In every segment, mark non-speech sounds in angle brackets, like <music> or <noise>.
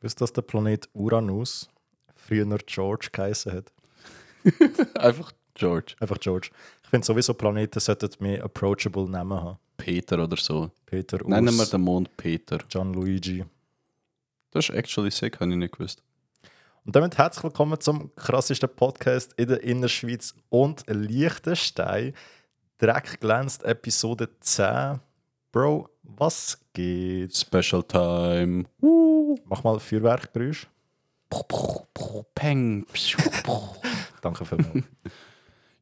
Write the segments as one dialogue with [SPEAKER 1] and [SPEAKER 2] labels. [SPEAKER 1] Wisst ihr, dass der Planet Uranus früher George geheißen hat?
[SPEAKER 2] Einfach George.
[SPEAKER 1] Einfach George. Ich finde sowieso, Planeten sollten mehr approachable Namen haben.
[SPEAKER 2] Peter oder so.
[SPEAKER 1] Peter Urs,
[SPEAKER 2] Nennen wir den Mond Peter.
[SPEAKER 1] Gianluigi.
[SPEAKER 2] Das ist actually sick, habe ich nicht gewusst.
[SPEAKER 1] Und damit herzlich willkommen zum krassesten Podcast in der Innerschweiz und Liechtenstein. Dreck glänzt Episode 10. Bro, was geht?
[SPEAKER 2] Special Time.
[SPEAKER 1] Mach mal Feuerwerkgeräusch.
[SPEAKER 2] Puh, puh, puh, Peng. Pschu, puh.
[SPEAKER 1] Danke
[SPEAKER 2] <laughs>
[SPEAKER 1] vielmals.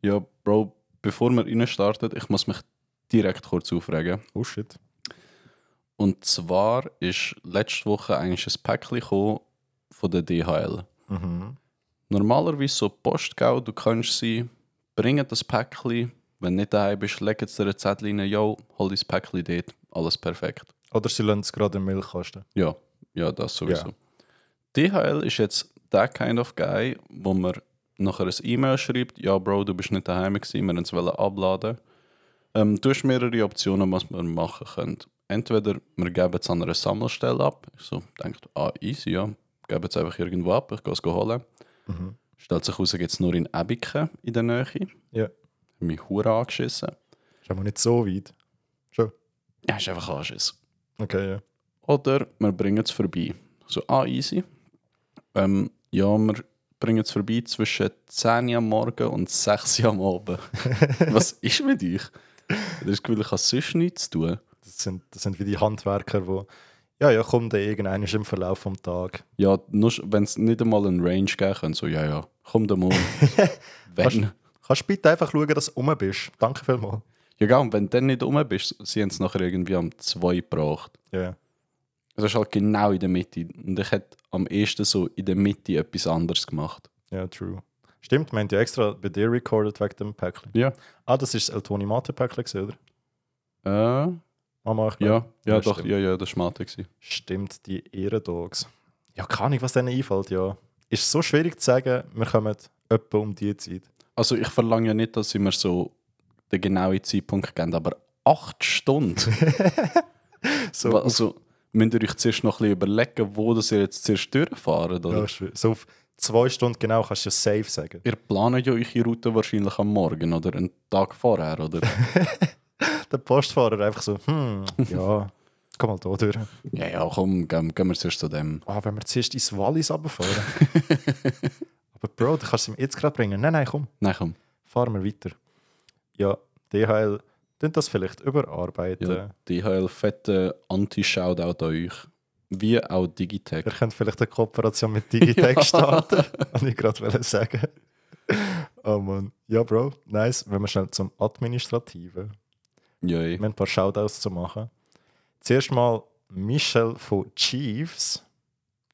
[SPEAKER 2] ja, Bro, bevor wir reinstarten, ich muss mich direkt kurz aufregen.
[SPEAKER 1] oh shit.
[SPEAKER 2] Und zwar ist letzte Woche eigentlich ein Päckchen gekommen von der DHL.
[SPEAKER 1] Mhm.
[SPEAKER 2] Normalerweise so Post, gell, du kannst sie bringen, das Päckchen. Wenn du nicht daheim bist, leg jetzt dir ein Zettel rein, yo, hol dein Päckchen dort, alles perfekt.
[SPEAKER 1] Oder sie lassen es gerade im Milchkasten.
[SPEAKER 2] Ja, ja, das sowieso. DHL ist jetzt der kind of guy, wo man nachher ein E-Mail schreibt, ja Bro, du bist nicht daheim gewesen, wir wollten es abladen. Ähm, du hast mehrere Optionen, was man machen könnte. Entweder wir geben es an einer Sammelstelle ab. Ich so, denkt, ah, easy, ja. Geben es einfach irgendwo ab, ich gehe es holen.
[SPEAKER 1] Mhm.
[SPEAKER 2] Stellt sich raus, geht es nur in Ebiken in der Nähe. Hat
[SPEAKER 1] Ja.
[SPEAKER 2] Mich hure angeschissen.
[SPEAKER 1] Ist aber nicht so weit. Schon.
[SPEAKER 2] Ja, ist einfach angeschissen.
[SPEAKER 1] Okay, ja.
[SPEAKER 2] Oder wir bringen es vorbei. So, ah, easy. Ähm, ja, wir bringen es vorbei zwischen 10 Uhr am Morgen und 6 Uhr am Abend. <laughs> Was ist mit euch? Das ist Gefühl, ich habe sonst nichts zu tun.
[SPEAKER 1] Das sind, das sind wie die Handwerker, die. Ja, ja, komm, der irgendein ist im Verlauf vom Tag.
[SPEAKER 2] Ja, wenn es nicht einmal einen Range geben könnte, so, ja, ja, komm da <laughs> mal. wenn.
[SPEAKER 1] Kannst du bitte einfach schauen, dass du rum bist? Danke vielmals.
[SPEAKER 2] Ja, gell, und wenn du dann nicht rum bist, sie haben es nachher irgendwie am 2 gebracht.
[SPEAKER 1] Ja, ja.
[SPEAKER 2] Das ist halt genau in der Mitte. Und ich hätte am ehesten so in der Mitte etwas anderes gemacht.
[SPEAKER 1] ja, true. Stimmt, wir haben ja extra bei dir recorded wegen dem Päckchen.
[SPEAKER 2] Ja.
[SPEAKER 1] Ah, das ist das Eltoni Mate Päckchen, gewesen, oder?
[SPEAKER 2] Äh,
[SPEAKER 1] Mama, ich glaub.
[SPEAKER 2] Ja, ja,
[SPEAKER 1] Ja,
[SPEAKER 2] doch,
[SPEAKER 1] stimmt.
[SPEAKER 2] ja, ja, das war Mathe. gewesen.
[SPEAKER 1] Stimmt, die Ehrendogs. Ja, keine Ahnung, was denen einfällt, ja. Ist so schwierig zu sagen, wir kommen etwa um die Zeit.
[SPEAKER 2] Also ich verlange ja nicht, dass sie mir so den genauen Zeitpunkt geben, aber acht Stunden.
[SPEAKER 1] <laughs> So,
[SPEAKER 2] Wa- also müsst ihr euch zuerst noch ein bisschen überlegen, wo das ihr jetzt zuerst durchfahrt. Oder?
[SPEAKER 1] ja, schw- so auf zwei Stunden genau kannst du ja safe sagen.
[SPEAKER 2] Ihr plant ja eure Route wahrscheinlich am Morgen oder einen Tag
[SPEAKER 1] <laughs>
[SPEAKER 2] vorher, oder?
[SPEAKER 1] Der Postfahrer einfach so, hm, ja, komm mal da durch.
[SPEAKER 2] ja, ja, komm, gehen, gehen wir zuerst zu dem.
[SPEAKER 1] Ah, wenn wir zuerst ins Wallis runterfahren. Aber Bro, du kannst es ihm jetzt gerade bringen. Nein, nein, komm,
[SPEAKER 2] Nein, komm.
[SPEAKER 1] fahren wir weiter. Ja, DHL, tun das vielleicht überarbeiten.
[SPEAKER 2] Ja, DHL fette Anti-Shoutout an euch. Wie auch Digitech.
[SPEAKER 1] Ihr könnt vielleicht eine Kooperation mit Digitech starten, habe ich gerade wollen sagen. Oh Mann. Ja, Bro, nice. Wenn wir schnell zum Administrativen.
[SPEAKER 2] Joi.
[SPEAKER 1] Wir haben ein paar Shoutouts zu machen. Zuerst mal Michelle von Chiefs.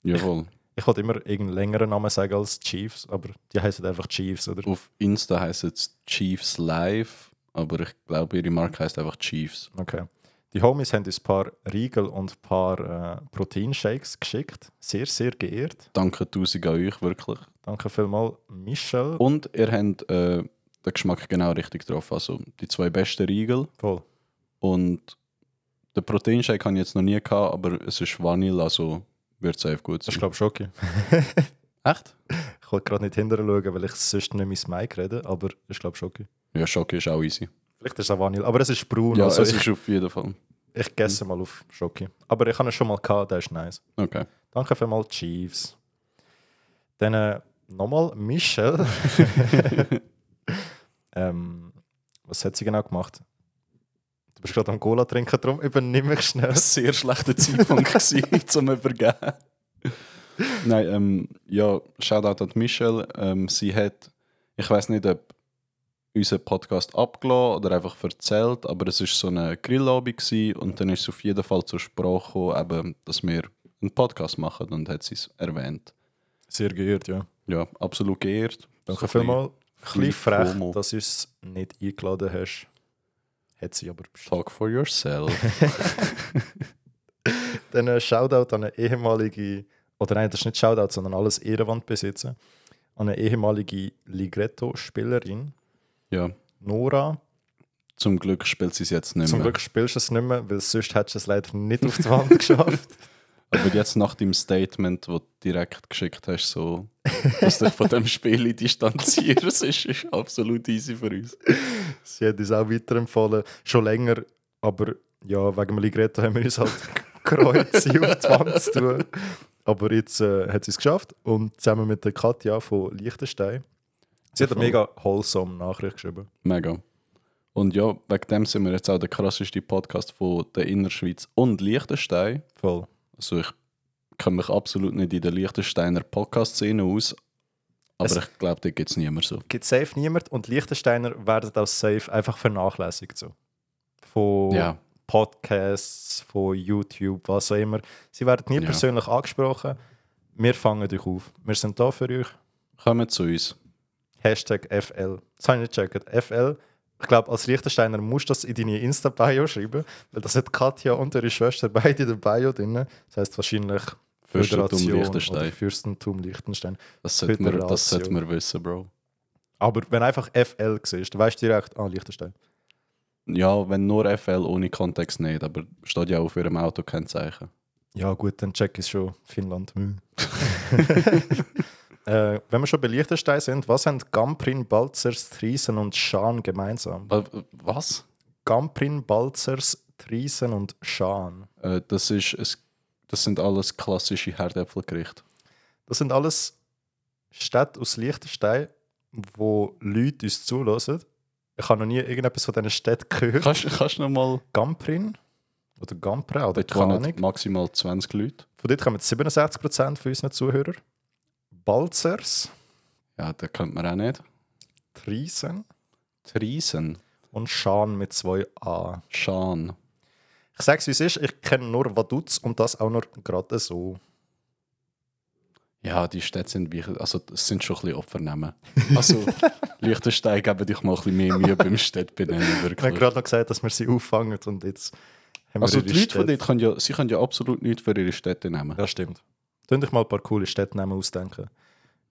[SPEAKER 2] Jawohl.
[SPEAKER 1] Ich wollte immer irgendeinen längeren Namen sagen als Chiefs, aber die heißen einfach Chiefs, oder?
[SPEAKER 2] Auf Insta heisst es Chiefs Live, aber ich glaube, ihre Marke heisst einfach Chiefs.
[SPEAKER 1] Okay. Die Homies haben uns ein paar Riegel und ein paar äh, Proteinshakes geschickt. Sehr, sehr geehrt.
[SPEAKER 2] Danke tausend an euch, wirklich.
[SPEAKER 1] Danke vielmals, Michelle.
[SPEAKER 2] Und ihr habt äh, den Geschmack genau richtig getroffen. Also die zwei besten Riegel.
[SPEAKER 1] Voll.
[SPEAKER 2] Und den Proteinshake habe ich jetzt noch nie gehabt, aber es ist Vanille, also wird safe
[SPEAKER 1] Das
[SPEAKER 2] gut sein.
[SPEAKER 1] ist, glaube ich, Schoki.
[SPEAKER 2] Echt?
[SPEAKER 1] <laughs> Ich wollte gerade nicht hinterher schauen, weil ich sonst nicht mein Mic rede, aber ich glaube schon. okay.
[SPEAKER 2] Ja, Schoki ist auch easy.
[SPEAKER 1] Vielleicht ist es auch Vanille, aber es ist braun.
[SPEAKER 2] ja,
[SPEAKER 1] also
[SPEAKER 2] es
[SPEAKER 1] ich,
[SPEAKER 2] ist auf jeden Fall.
[SPEAKER 1] ich gesse mal auf Schoki. Aber ich habe es schon mal gehabt, der ist nice.
[SPEAKER 2] Okay.
[SPEAKER 1] Danke für mal Chiefs. Dann äh, nochmal <laughs> Michelle. ähm, was hat sie genau gemacht? Du bist gerade am Cola trinken, darum übernehme ich schnell.
[SPEAKER 2] <laughs> sehr schlechter Zeitpunkt gewesen, <laughs> zum Übergeben. Nein, ähm, ja, Shoutout an die Michelle. Ähm, sie hat, ich weiß nicht, ob unseren Podcast abgelassen oder einfach erzählt, aber es war so eine Grillabend gewesen und dann ist es auf jeden Fall zur Sprache gekommen, eben, dass wir einen Podcast machen und hat sie es erwähnt.
[SPEAKER 1] Sehr geehrt, ja.
[SPEAKER 2] Ja, absolut geehrt.
[SPEAKER 1] Danke vielmals. Ein bisschen
[SPEAKER 2] bisschen
[SPEAKER 1] frech,
[SPEAKER 2] FOMO.
[SPEAKER 1] dass du uns nicht eingeladen hast. Hat sie aber bestimmt.
[SPEAKER 2] Talk for yourself.
[SPEAKER 1] <laughs> Dann ein Shoutout an eine ehemalige, oder nein, das ist nicht Shoutout, sondern alles Ehrenwandbesitzer, an eine ehemalige Ligretto-Spielerin,
[SPEAKER 2] ja,
[SPEAKER 1] Nora.
[SPEAKER 2] zum Glück spielt sie es jetzt nicht mehr.
[SPEAKER 1] Zum Glück spielst du es nicht mehr, weil sonst hättest du es leider nicht auf die Wand <laughs> geschafft.
[SPEAKER 2] Aber jetzt nach dem Statement, das du direkt geschickt hast, so, dass du dich von dem Spiel distanzierst, ist, ist absolut easy für uns.
[SPEAKER 1] Sie hat uns auch weiterempfohlen. Schon länger, aber ja, wegen Maligretta haben wir uns halt <laughs> gekreuzt, sie auf die Wand zu tun. Aber jetzt äh, hat sie es geschafft und zusammen mit der Katja von Liechtenstein. Sie hat eine
[SPEAKER 2] Voll.
[SPEAKER 1] mega wholesome Nachricht geschrieben.
[SPEAKER 2] Mega. Und ja, wegen dem sind wir jetzt auch der krasseste Podcast von der Innerschweiz und Liechtenstein.
[SPEAKER 1] Voll.
[SPEAKER 2] Also ich kenne mich absolut nicht in der Liechtensteiner Podcast-Szene aus, aber
[SPEAKER 1] Es-
[SPEAKER 2] ich glaube, da gibt es niemanden so.
[SPEAKER 1] Gibt safe niemand und Liechtensteiner werden auch safe einfach vernachlässigt. So. Von
[SPEAKER 2] Ja,
[SPEAKER 1] Podcasts, von YouTube, was auch immer. Sie werden nie
[SPEAKER 2] Ja.
[SPEAKER 1] persönlich angesprochen. Wir fangen euch auf. Wir sind da für euch.
[SPEAKER 2] kommen zu uns.
[SPEAKER 1] Hashtag FL. Das habe ich nicht gecheckt. FL. Ich glaube, als Liechtensteiner musst du das in deine Insta-Bio schreiben, weil das hat Katja und ihre Schwester beide in der Bio drin. Das heisst wahrscheinlich
[SPEAKER 2] Fürstentum
[SPEAKER 1] Föderation
[SPEAKER 2] Liechtenstein.
[SPEAKER 1] oder Fürstentum Liechtenstein.
[SPEAKER 2] Das sollte man, das
[SPEAKER 1] Föderation.
[SPEAKER 2] sollte man wissen, Bro.
[SPEAKER 1] Aber wenn einfach FL siehst, dann weißt du direkt, ah, Liechtenstein.
[SPEAKER 2] Ja, wenn nur FL ohne Kontext nicht, aber steht ja auf ihrem Autokennzeichen.
[SPEAKER 1] Ja, gut, dann check ich schon. Finnland. Hm. <laughs> äh, wenn wir schon bei Liechtenstein sind, was haben Gamprin, Balzers, Triesen und Schaan gemeinsam?
[SPEAKER 2] Wa- Was?
[SPEAKER 1] Gamprin, Balzers, Triesen und Schaan.
[SPEAKER 2] Äh, Das, ist, es- das sind alles klassische Herdäpfelgerichte.
[SPEAKER 1] Das sind alles Städte aus Liechtenstein, wo Leute uns zulassen. Ich habe noch nie irgendetwas von diesen Städten gehört.
[SPEAKER 2] Kannst kannst du nochmal...
[SPEAKER 1] Gamprin oder Gampra oder
[SPEAKER 2] Dort
[SPEAKER 1] keine Ahnung.
[SPEAKER 2] wohnen maximal 20 Leute.
[SPEAKER 1] Von dort kommen 67% von unseren Zuhörern. Balzers,
[SPEAKER 2] Ja, da könnte man auch nicht.
[SPEAKER 1] Triesen
[SPEAKER 2] Triesen.
[SPEAKER 1] und Schaan mit zwei A.
[SPEAKER 2] Schan.
[SPEAKER 1] Ich sage es, wie es ist, ich kenne nur Vaduz und das auch nur gerade so.
[SPEAKER 2] Ja, die Städte sind wie, also es sind schon ein bisschen <laughs> Opfernamen. Also Liechtenstein geben dich mal ein bisschen mehr Mühe beim <laughs> Städtbenennen,
[SPEAKER 1] Ich habe
[SPEAKER 2] wirklich.
[SPEAKER 1] gerade noch gesagt, dass wir sie auffangen und jetzt haben wir
[SPEAKER 2] also
[SPEAKER 1] ihre
[SPEAKER 2] die Leute von
[SPEAKER 1] Städte.
[SPEAKER 2] dort können ja, sie können ja absolut nichts für ihre Städte nehmen.
[SPEAKER 1] Ja, stimmt. Könnt euch mal ein paar coole Städtenamen ausdenken.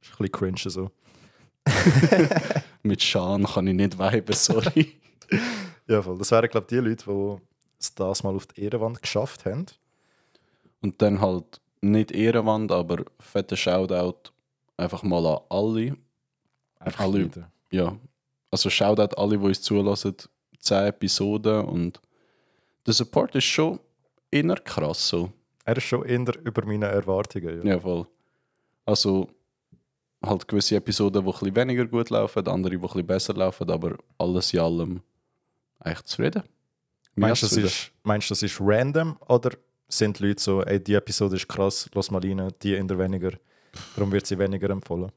[SPEAKER 1] Ist ein bisschen cringe so.
[SPEAKER 2] Mit Schan kann ich nicht weiben, <laughs> sorry.
[SPEAKER 1] Ja, voll. Das wären, glaube ich, die Leute, die es das mal auf die Ehrenwand geschafft haben.
[SPEAKER 2] Und dann halt nicht Ehrenwand, aber fetter Shoutout einfach mal an alle.
[SPEAKER 1] Einfach
[SPEAKER 2] Alle.
[SPEAKER 1] jeder.
[SPEAKER 2] Ja, also Shoutout alle, die uns zulassen. 10 Episoden und der Support ist schon inner krass so.
[SPEAKER 1] Er ist schon eher über meine Erwartungen. Ja.
[SPEAKER 2] Ja, voll. Also halt gewisse Episoden, die ein bisschen weniger gut laufen, andere, die ein bisschen besser laufen, aber alles in allem eigentlich zufrieden. Mehr
[SPEAKER 1] Meinst, du,
[SPEAKER 2] als
[SPEAKER 1] das ist, meinst du, das ist random oder sind die Leute so, ey, die Episode ist krass, lass mal rein, die eher weniger, darum wird sie weniger empfohlen?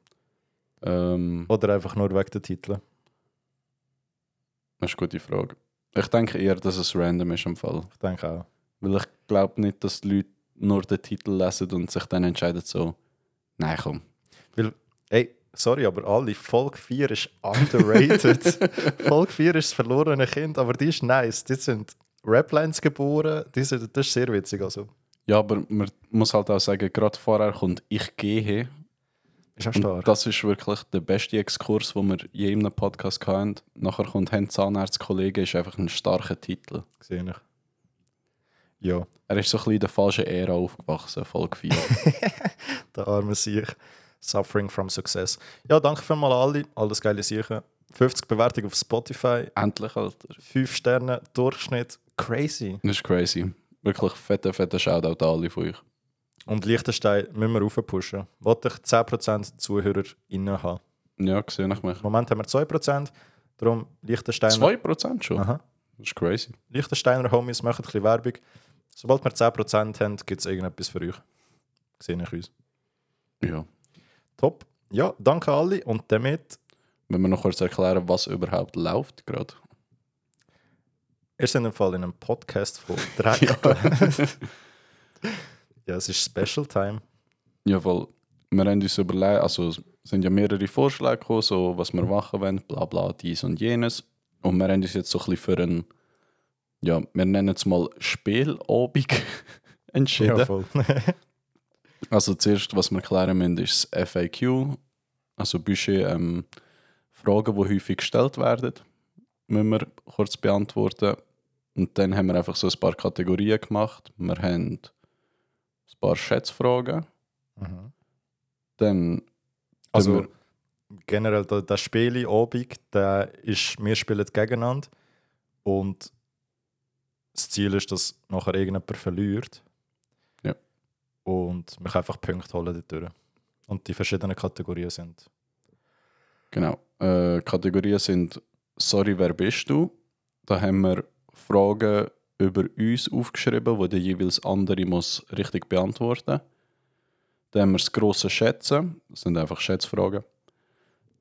[SPEAKER 2] zufrieden. Ähm,
[SPEAKER 1] Oder einfach nur wegen der Titel?
[SPEAKER 2] das ist eine gute Frage. Ich denke eher, dass es random ist im Fall.
[SPEAKER 1] Ich denke auch.
[SPEAKER 2] Weil ich glaube nicht, dass die Leute nur den Titel lesen und sich dann entscheiden so, nein, komm.
[SPEAKER 1] Ey, sorry, aber alle, Folge 4 ist underrated. Folge 4 ist das verlorene Kind, aber die ist nice. Die sind Raplines geboren, die sind, das ist sehr witzig. Also.
[SPEAKER 2] Ja, aber man muss halt auch sagen, gerade vorher kommt «Ich gehe»
[SPEAKER 1] Ist auch
[SPEAKER 2] Und
[SPEAKER 1] stark.
[SPEAKER 2] das ist wirklich der beste Exkurs, den wir je in einem Podcast hatten. Nachher kommt «Haben Zahnarztkollege» ist einfach ein starker Titel.
[SPEAKER 1] Sehe ich. Ja,
[SPEAKER 2] Er ist so ein bisschen in der falschen Ära aufgewachsen, Folge 4.
[SPEAKER 1] der arme Sieg. Suffering from Success. Ja, danke für mal alle. Alles geile Siechen. 50 Bewertungen auf Spotify.
[SPEAKER 2] Endlich, Alter.
[SPEAKER 1] 5 Sterne Durchschnitt. Crazy.
[SPEAKER 2] Das ist crazy. Wirklich fetter, fetter Shoutout an alle von euch.
[SPEAKER 1] Und Liechtenstein müssen wir raufpushen. Wollte ich 10% ZuhörerInnen haben.
[SPEAKER 2] Ja, sehe ich mich.
[SPEAKER 1] Im Moment haben wir 2%. Darum Liechtensteiner.
[SPEAKER 2] 2% schon?
[SPEAKER 1] Aha.
[SPEAKER 2] Das ist crazy.
[SPEAKER 1] Liechtensteiner Homies machen ein bisschen Werbung. Sobald wir 10% haben, gibt es irgendetwas für euch. Sehe ich uns.
[SPEAKER 2] Ja.
[SPEAKER 1] Top. Ja, danke alle und damit,
[SPEAKER 2] Wenn wir noch kurz erklären, was überhaupt läuft gerade.
[SPEAKER 1] ihr seid im Fall in einem Podcast <laughs> von Dreck. <laughs> ja. es ist Special Time.
[SPEAKER 2] Jawohl. Wir haben uns überlegt, also es sind ja mehrere Vorschläge gekommen, so was wir machen wollen, bla bla, dies und jenes. Und wir haben uns jetzt so ein bisschen für ein, ja, wir nennen es mal Spielabend <laughs> entschieden.
[SPEAKER 1] voll.
[SPEAKER 2] Also zuerst, was wir klären müssen, ist das FAQ. Also Budget, ähm, Fragen, die häufig gestellt werden, müssen wir kurz beantworten. Und dann haben wir einfach so ein paar Kategorien gemacht. Wir haben ein paar Schätzfragen.
[SPEAKER 1] <laughs> Mhm.
[SPEAKER 2] Dann.
[SPEAKER 1] Also
[SPEAKER 2] dann
[SPEAKER 1] generell, der, der Spiel obig, der ist, wir spielen gegeneinander und das Ziel ist, dass nachher irgendjemand verliert.
[SPEAKER 2] Ja.
[SPEAKER 1] Und man kann einfach Punkte holen dadurch. Und die verschiedenen Kategorien sind.
[SPEAKER 2] Genau. Äh, Kategorien sind Sorry, wer bist du? Da haben wir Fragen über uns aufgeschrieben, die der jeweils andere muss richtig beantworten Dann haben wir das grosse Schätzen. Das sind einfach Schätzfragen.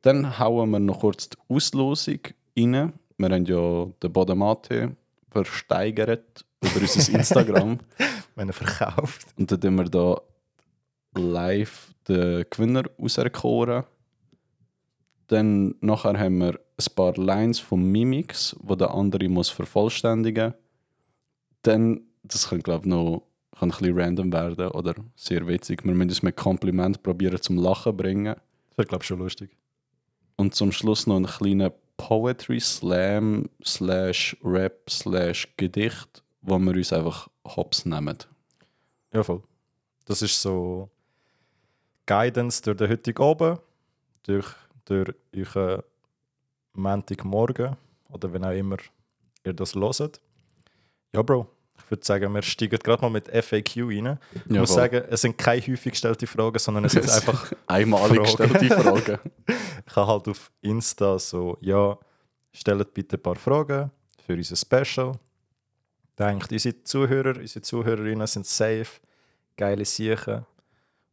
[SPEAKER 2] Dann hauen wir noch kurz die Auslosung rein. Wir haben ja den Bodemate versteigert über unser Instagram.
[SPEAKER 1] Wenn er <laughs> verkauft.
[SPEAKER 2] Und dann tun wir da live den Gewinner auserkoren. Dann nachher haben wir ein paar Lines von Mimics, die der andere muss vervollständigen muss. Dann, das kann glaube ich noch kann ein bisschen random werden oder sehr witzig. Wir müssen uns mit Kompliment probieren zum Lachen bringen.
[SPEAKER 1] Das wäre, glaube ich, schon lustig.
[SPEAKER 2] Und zum Schluss noch einen kleinen Poetry Slam slash Rap slash Gedicht, wo wir uns einfach hops nehmen.
[SPEAKER 1] Ja, voll. Das ist so Guidance durch den heutigen Abend, durch, durch euren Montagmorgen oder wenn auch immer ihr das hört. Ja, Bro, ich würde sagen, wir steigen gerade mal mit FAQ rein. Ich muss sagen, es sind keine häufig gestellte Fragen, sondern es
[SPEAKER 2] <laughs>
[SPEAKER 1] sind einfach
[SPEAKER 2] Einmalig
[SPEAKER 1] Frage.
[SPEAKER 2] gestellte Frage.
[SPEAKER 1] ich habe halt auf Insta so, ja, stellt bitte ein paar Fragen für unser Special. Denkt, unsere Zuhörer, unsere Zuhörerinnen sind safe, geile Siechen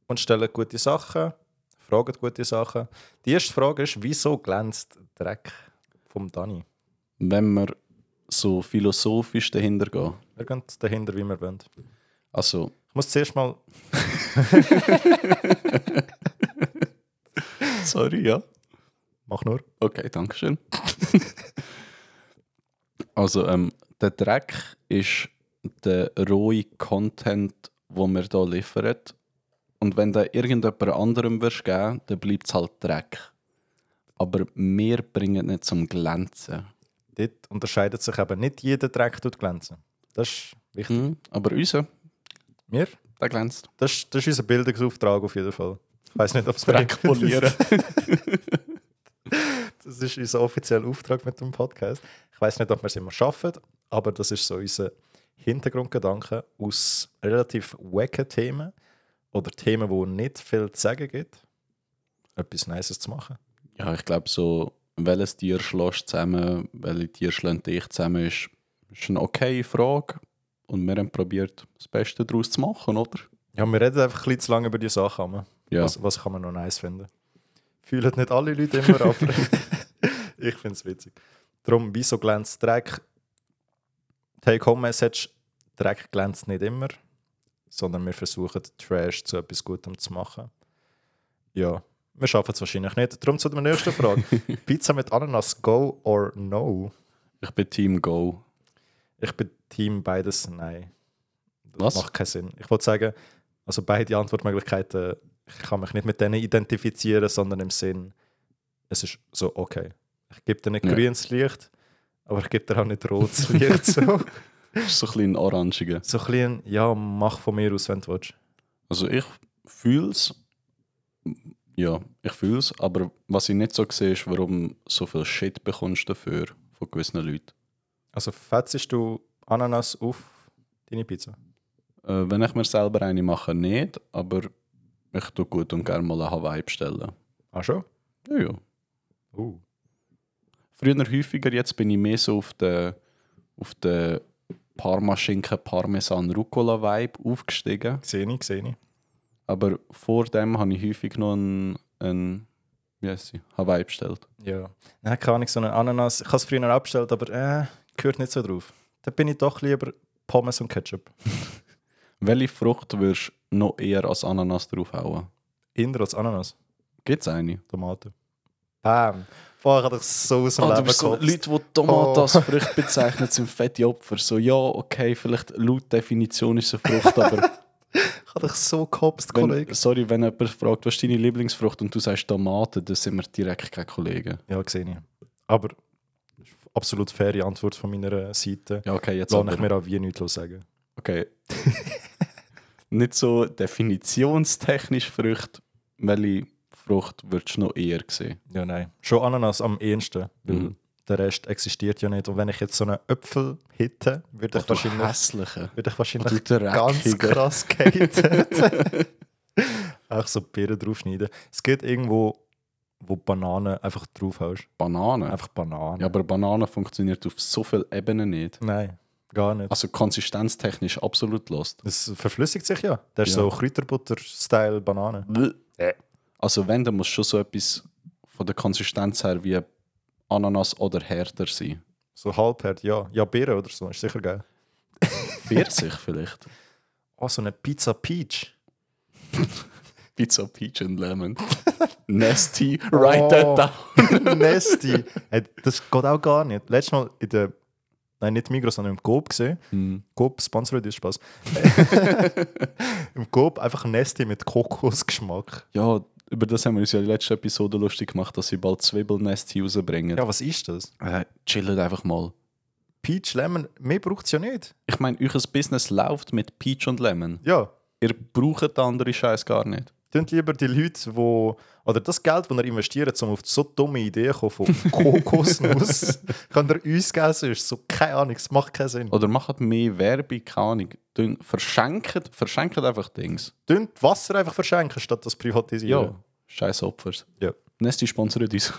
[SPEAKER 1] und stellen gute Sachen, fragen gute Sachen. Die erste Frage ist, wieso glänzt Dreck vom Dani?
[SPEAKER 2] Wenn wir so philosophisch dahinter gehen.
[SPEAKER 1] Wir gehen dahinter, wie wir wollen.
[SPEAKER 2] Also,
[SPEAKER 1] Ich muss zuerst mal,
[SPEAKER 2] sorry, ja.
[SPEAKER 1] mach nur,
[SPEAKER 2] Okay, danke schön. <laughs> also, ähm, der Dreck ist der rohe Content, den wir hier liefern. Und wenn der irgendjemand anderem wirst geben, dann bleibt es halt Dreck. Aber wir bringen nicht zum Glänzen.
[SPEAKER 1] dort unterscheidet sich eben nicht jeder Dreck tut glänzen. Das ist wichtig.
[SPEAKER 2] Mhm. Aber unser,
[SPEAKER 1] Mir?
[SPEAKER 2] der glänzt.
[SPEAKER 1] Das, ist- das ist unser Bildungsauftrag auf jeden Fall. Ich weiß nicht, ob
[SPEAKER 2] <laughs>
[SPEAKER 1] es
[SPEAKER 2] Dreck polieren.
[SPEAKER 1] Das ist unser offizieller Auftrag mit dem Podcast. Ich weiß nicht, ob wir es immer schaffen, aber das ist so unser Hintergrundgedanke aus relativ wacken Themen oder Themen, wo nicht viel zu sagen gibt, etwas Nices zu machen.
[SPEAKER 2] Ja, ich glaube, so, welches Tier schlägst du zusammen, welche Tier schlägen dich zusammen, ist, ist eine okay Frage. Und wir haben probiert, das Beste daraus zu machen, oder? Also,
[SPEAKER 1] Ja, wir reden einfach ein bisschen zu lange über die Sachen. Amma.
[SPEAKER 2] Ja.
[SPEAKER 1] Was, was kann man noch nice finden? Fühlen nicht alle Leute immer, aber ich finde es witzig. Darum, wieso glänzt Dreck? Take-Home-Message: Dreck glänzt nicht immer, sondern wir versuchen, Trash zu etwas Gutem zu machen. Ja, wir schaffen es wahrscheinlich nicht. Darum zu der nächsten Frage: Pizza mit Ananas, go or no?
[SPEAKER 2] Ich bin Team Go.
[SPEAKER 1] Ich bin Team beides nein.
[SPEAKER 2] Was?
[SPEAKER 1] Macht keinen Sinn. Ich wollte sagen, also beide Antwortmöglichkeiten, ich kann mich nicht mit denen identifizieren, sondern im Sinn, es ist so okay. Ich gebe dir nicht
[SPEAKER 2] Ja.
[SPEAKER 1] grünes Licht, aber ich gebe dir auch nicht rotes <laughs> Licht. So,
[SPEAKER 2] Das ist so ein bisschen orangiger.
[SPEAKER 1] so ein bisschen, ja, mach von mir aus, wenn du willst.
[SPEAKER 2] Also ich fühle es. Ja, ich fühle es. Aber was ich nicht so sehe, ist, warum so viel Shit bekommst du dafür von gewissen Leuten.
[SPEAKER 1] Also fetzest du Ananas auf deine Pizza?
[SPEAKER 2] Äh, wenn ich mir selber eine mache, nicht. Aber ich tue gut und gerne mal eine Hawaii bestellen.
[SPEAKER 1] Ah schon?
[SPEAKER 2] Ja, ja.
[SPEAKER 1] Uh.
[SPEAKER 2] Früher häufiger, jetzt bin ich mehr so auf den, auf den Parmaschinken Parmesan Rucola Vibe aufgestiegen.
[SPEAKER 1] Sehe ich, sehe ich.
[SPEAKER 2] Aber vor dem habe ich häufig noch einen, einen wie heisst sie, Hawaii bestellt.
[SPEAKER 1] Ja. Nein, keine Ahnung, so eine Ananas. Ich habe es früher abgestellt, aber äh, gehört nicht so drauf. Da bin ich doch lieber Pommes und Ketchup.
[SPEAKER 2] Welche Frucht würdest du noch eher als Ananas draufhauen?
[SPEAKER 1] Inder als Ananas.
[SPEAKER 2] Gibt es eine?
[SPEAKER 1] Tomaten. Bam. Boah, ich habe dich so
[SPEAKER 2] Ah,
[SPEAKER 1] aus dem Leben Oh. gekotzt.
[SPEAKER 2] die
[SPEAKER 1] Tomate als
[SPEAKER 2] Frucht bezeichnen, sind fette Opfer. So, ja, okay, vielleicht laut Definition ist es eine
[SPEAKER 1] <laughs>
[SPEAKER 2] Frucht, aber
[SPEAKER 1] Ich habe dich so gekopst,
[SPEAKER 2] wenn,
[SPEAKER 1] Kollege.
[SPEAKER 2] sorry, wenn jemand fragt, was ist deine Lieblingsfrucht und du sagst Tomate, dann sind wir direkt keine Kollegen.
[SPEAKER 1] Ja, gesehen ich. Aber das ist eine absolut faire Antwort von meiner Seite.
[SPEAKER 2] Ja, okay, jetzt
[SPEAKER 1] Lass ich mir auch wie nichts sagen.
[SPEAKER 2] Okay. <laughs> nicht so definitionstechnisch Früchte, welche Frucht würdest du noch eher sehen?
[SPEAKER 1] Ja, nein. Schon Ananas am ehesten, weil
[SPEAKER 2] Mhm.
[SPEAKER 1] der Rest existiert ja nicht. Und wenn ich jetzt so einen Apfel hätte, würde ich
[SPEAKER 2] Oder
[SPEAKER 1] wahrscheinlich,
[SPEAKER 2] hässliche.
[SPEAKER 1] würde ich
[SPEAKER 2] Oder
[SPEAKER 1] wahrscheinlich ganz
[SPEAKER 2] dreckige.
[SPEAKER 1] krass gehatet.
[SPEAKER 2] <laughs>
[SPEAKER 1] Auch so Birnen draufschneiden. Es gibt irgendwo, wo Bananen einfach draufhaust.
[SPEAKER 2] Bananen.
[SPEAKER 1] Einfach Bananen.
[SPEAKER 2] Ja, aber Banane funktioniert auf so vielen Ebenen nicht.
[SPEAKER 1] Nein, gar nicht.
[SPEAKER 2] Also konsistenztechnisch absolut lost.
[SPEAKER 1] Es verflüssigt sich ja. Das ist
[SPEAKER 2] Ja.
[SPEAKER 1] so Kräuterbutter-Style Banane. Äh.
[SPEAKER 2] Also wenn, dann muss schon so etwas von der Konsistenz her wie Ananas oder härter sein.
[SPEAKER 1] So halbhart, ja. Ja, Birne oder so, ist sicher geil.
[SPEAKER 2] Pfirsich <laughs> vielleicht.
[SPEAKER 1] Oh, so eine Pizza Peach. <laughs>
[SPEAKER 2] Pizza Peach and Lemon. Nasty, write that
[SPEAKER 1] Oh.
[SPEAKER 2] down.
[SPEAKER 1] Nasty. Hey, das geht auch gar nicht. Letztes Mal in der, nein, nicht Migros, sondern im Coop gesehen.
[SPEAKER 2] Hm.
[SPEAKER 1] Coop sponsert ist Spaß. Im Coop einfach Nasty mit Kokosgeschmack.
[SPEAKER 2] Ja, über das haben wir uns ja in der letzten Episode lustig gemacht, dass sie bald Zwiebelnesti rausbringen.
[SPEAKER 1] Ja, was ist das?
[SPEAKER 2] Äh, chillet einfach mal.
[SPEAKER 1] Peach Lemon, mehr braucht es ja nicht.
[SPEAKER 2] Ich meine, euer Business läuft mit Peach und Lemon.
[SPEAKER 1] Ja,
[SPEAKER 2] Ihr braucht den anderen Scheiß gar nicht.
[SPEAKER 1] Tönt lieber die Leute, wo oder das Geld, das ihr investiert, um auf so dumme Ideen zu kommen, von <laughs> Kokosnuss, <laughs> kann ihr uns geben, sonst so, keine Ahnung, es macht keinen Sinn.
[SPEAKER 2] Oder macht mehr Werbung, keine Ahnung. Tun- Verschenkt, verschenkt einfach Dings.
[SPEAKER 1] Tönt Wasser einfach verschenken, statt das privatisieren.
[SPEAKER 2] Ja, scheiß Opfers.
[SPEAKER 1] Ja.
[SPEAKER 2] Nesti sponsert uns.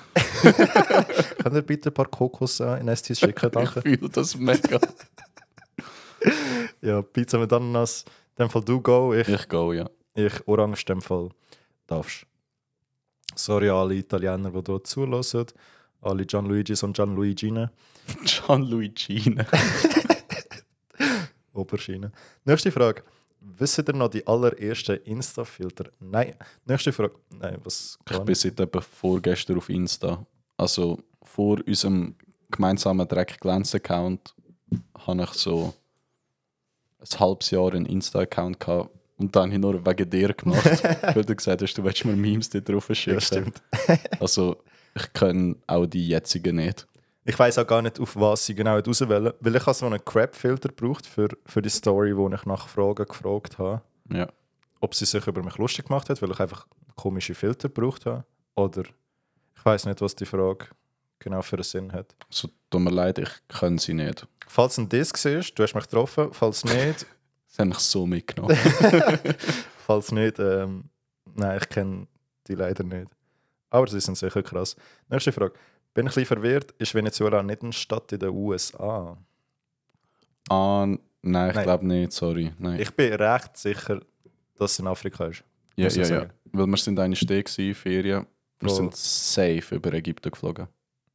[SPEAKER 1] Ja. Könnt ihr bitte ein paar Kokos äh, in Estis schicken, danke.
[SPEAKER 2] <laughs> Ich fühle das mega.
[SPEAKER 1] ja, Pizza mit Ananas, in dem Fall du go, ich,
[SPEAKER 2] ich gehe, ja.
[SPEAKER 1] ich orange, in dem Fall darfst. Sorry an alle Italiener, die hier zulassen, alle Gianluigis und Gianluigine,
[SPEAKER 2] Gianluigine.
[SPEAKER 1] Oberschiene. Nächste Frage. Wisst ihr noch nou die allerersten Insta-Filter? Nein. Nächste Frage. Nein, was
[SPEAKER 2] Ich
[SPEAKER 1] kann
[SPEAKER 2] bin seit etwa vorgestern auf Insta. Also vor unserem gemeinsamen Dreck-Glänz-Account habe ich so ein halbes Jahr einen Insta-Account gehabt. Und dann habe ich nur wegen
[SPEAKER 1] <laughs>
[SPEAKER 2] dir gemacht, weil du gesagt hast, du willst mir Memes da drauf schicken.
[SPEAKER 1] Ja, stimmt.
[SPEAKER 2] Also ich kann auch die jetzigen nicht.
[SPEAKER 1] Ich weiß auch gar nicht, auf was sie genau auswählen, weil ich habe so einen Crap-Filter gebraucht für, für die Story, wo ich nach Fragen gefragt habe,
[SPEAKER 2] Ja.
[SPEAKER 1] ob sie sich über mich lustig gemacht hat, weil ich einfach komische Filter gebraucht habe. Oder ich weiß nicht, was die Frage genau für einen Sinn hat.
[SPEAKER 2] So tut mir leid, ich kann sie nicht.
[SPEAKER 1] Falls ein Disk siehst, du hast mich getroffen. Falls nicht,
[SPEAKER 2] Das habe ich
[SPEAKER 1] <laughs>
[SPEAKER 2] so mitgenommen.
[SPEAKER 1] Falls nicht, ähm, nein, ich kenne die leider nicht. Aber sie sind sicher krass. Nächste Frage. Bin ein bisschen verwirrt, ist Venezuela nicht eine Stadt in den USA?
[SPEAKER 2] ah, nein, ich
[SPEAKER 1] Nein.
[SPEAKER 2] glaube nicht, sorry. Nein.
[SPEAKER 1] Ich bin recht sicher, dass es in Afrika ist.
[SPEAKER 2] ja,
[SPEAKER 1] muss
[SPEAKER 2] ja,
[SPEAKER 1] ich
[SPEAKER 2] ja.
[SPEAKER 1] sagen.
[SPEAKER 2] Weil wir sind eine Steg gewesen, Ferien. Wir
[SPEAKER 1] Bro.
[SPEAKER 2] sind safe über Ägypten geflogen.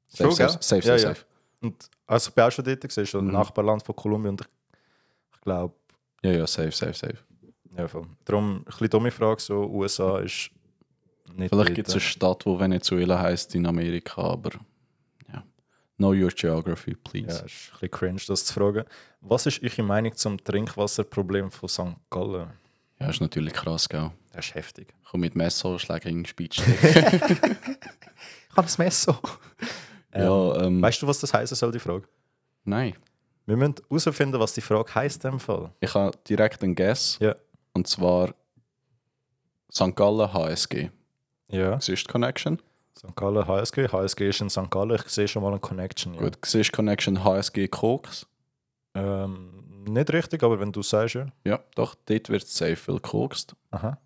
[SPEAKER 2] Safe,
[SPEAKER 1] Schon,
[SPEAKER 2] safe,
[SPEAKER 1] gell?
[SPEAKER 2] safe, safe,
[SPEAKER 1] Ja, ja.
[SPEAKER 2] safe.
[SPEAKER 1] Und also ich bin auch schon dort, gewesen, schon
[SPEAKER 2] Mhm.
[SPEAKER 1] Nachbarland von Kolumbien und ich, ich glaube,
[SPEAKER 2] Ja, ja, safe, safe, safe.
[SPEAKER 1] ja voll. Darum ein bisschen dumme Frage, so USA ist nicht
[SPEAKER 2] Vielleicht
[SPEAKER 1] dort.
[SPEAKER 2] gibt es eine Stadt, die Venezuela heißt in Amerika, aber ja. Know your geography,
[SPEAKER 1] Ja, ist
[SPEAKER 2] please.
[SPEAKER 1] ein bisschen cringe, das zu fragen. Was ist eure Meinung zum Trinkwasserproblem von St. Gallen?
[SPEAKER 2] Ja, ist natürlich krass, gell?
[SPEAKER 1] Das ist heftig.
[SPEAKER 2] Ich komme mit Messer, schläge in
[SPEAKER 1] <laughs>
[SPEAKER 2] den Speedsteck.
[SPEAKER 1] Ich habe ein Messer.
[SPEAKER 2] ja, ähm,
[SPEAKER 1] Weißt du, was das heißen soll, die Frage?
[SPEAKER 2] nein.
[SPEAKER 1] Wir müssen herausfinden, was die Frage heisst in dem Fall.
[SPEAKER 2] Ich habe direkt einen Guess.
[SPEAKER 1] Ja.
[SPEAKER 2] Und zwar St. Gallen HSG.
[SPEAKER 1] Ja.
[SPEAKER 2] Siehst du die Connection?
[SPEAKER 1] St. Gallen HSG. HSG ist in St. Gallen. Ich sehe schon mal eine Connection. Ja.
[SPEAKER 2] Gut, siehst du die Connection HSG Koks?
[SPEAKER 1] Ähm, nicht richtig, aber wenn du sagst, ja.
[SPEAKER 2] Ja, doch, dort wird es safe viel gekokst.
[SPEAKER 1] Aha.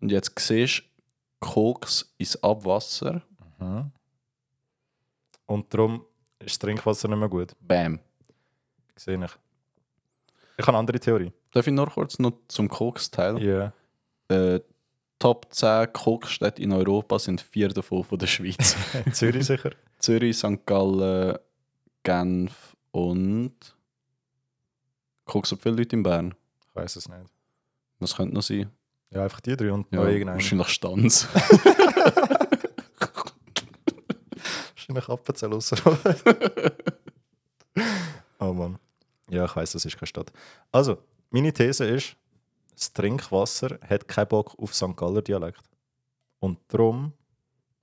[SPEAKER 2] Und jetzt siehst du, Koks ins Abwasser.
[SPEAKER 1] Mhm. Und darum ist Trinkwasser nicht mehr gut.
[SPEAKER 2] Bam.
[SPEAKER 1] Sehe ich. Ich habe eine andere Theorie.
[SPEAKER 2] Darf ich noch kurz noch zum Koks-Teil?
[SPEAKER 1] Ja.
[SPEAKER 2] Äh, Top 10 Koksstädte in Europa sind vier davon von der Schweiz.
[SPEAKER 1] In <laughs> Zürich sicher.
[SPEAKER 2] Zürich, St. Gallen, Genf und Koks hat viele Leute in Bern.
[SPEAKER 1] Ich weiß es nicht.
[SPEAKER 2] Das könnte noch sein.
[SPEAKER 1] Ja, einfach die drei und
[SPEAKER 2] Ja,
[SPEAKER 1] noch irgendeinen.
[SPEAKER 2] wahrscheinlich Stanz.
[SPEAKER 1] Wahrscheinlich Appenzell außer. <laughs> oh Mann. Ja, ich weiß, das ist keine Stadt. Also, meine These ist, das Trinkwasser hat keinen Bock auf St. Galler Dialekt. Und darum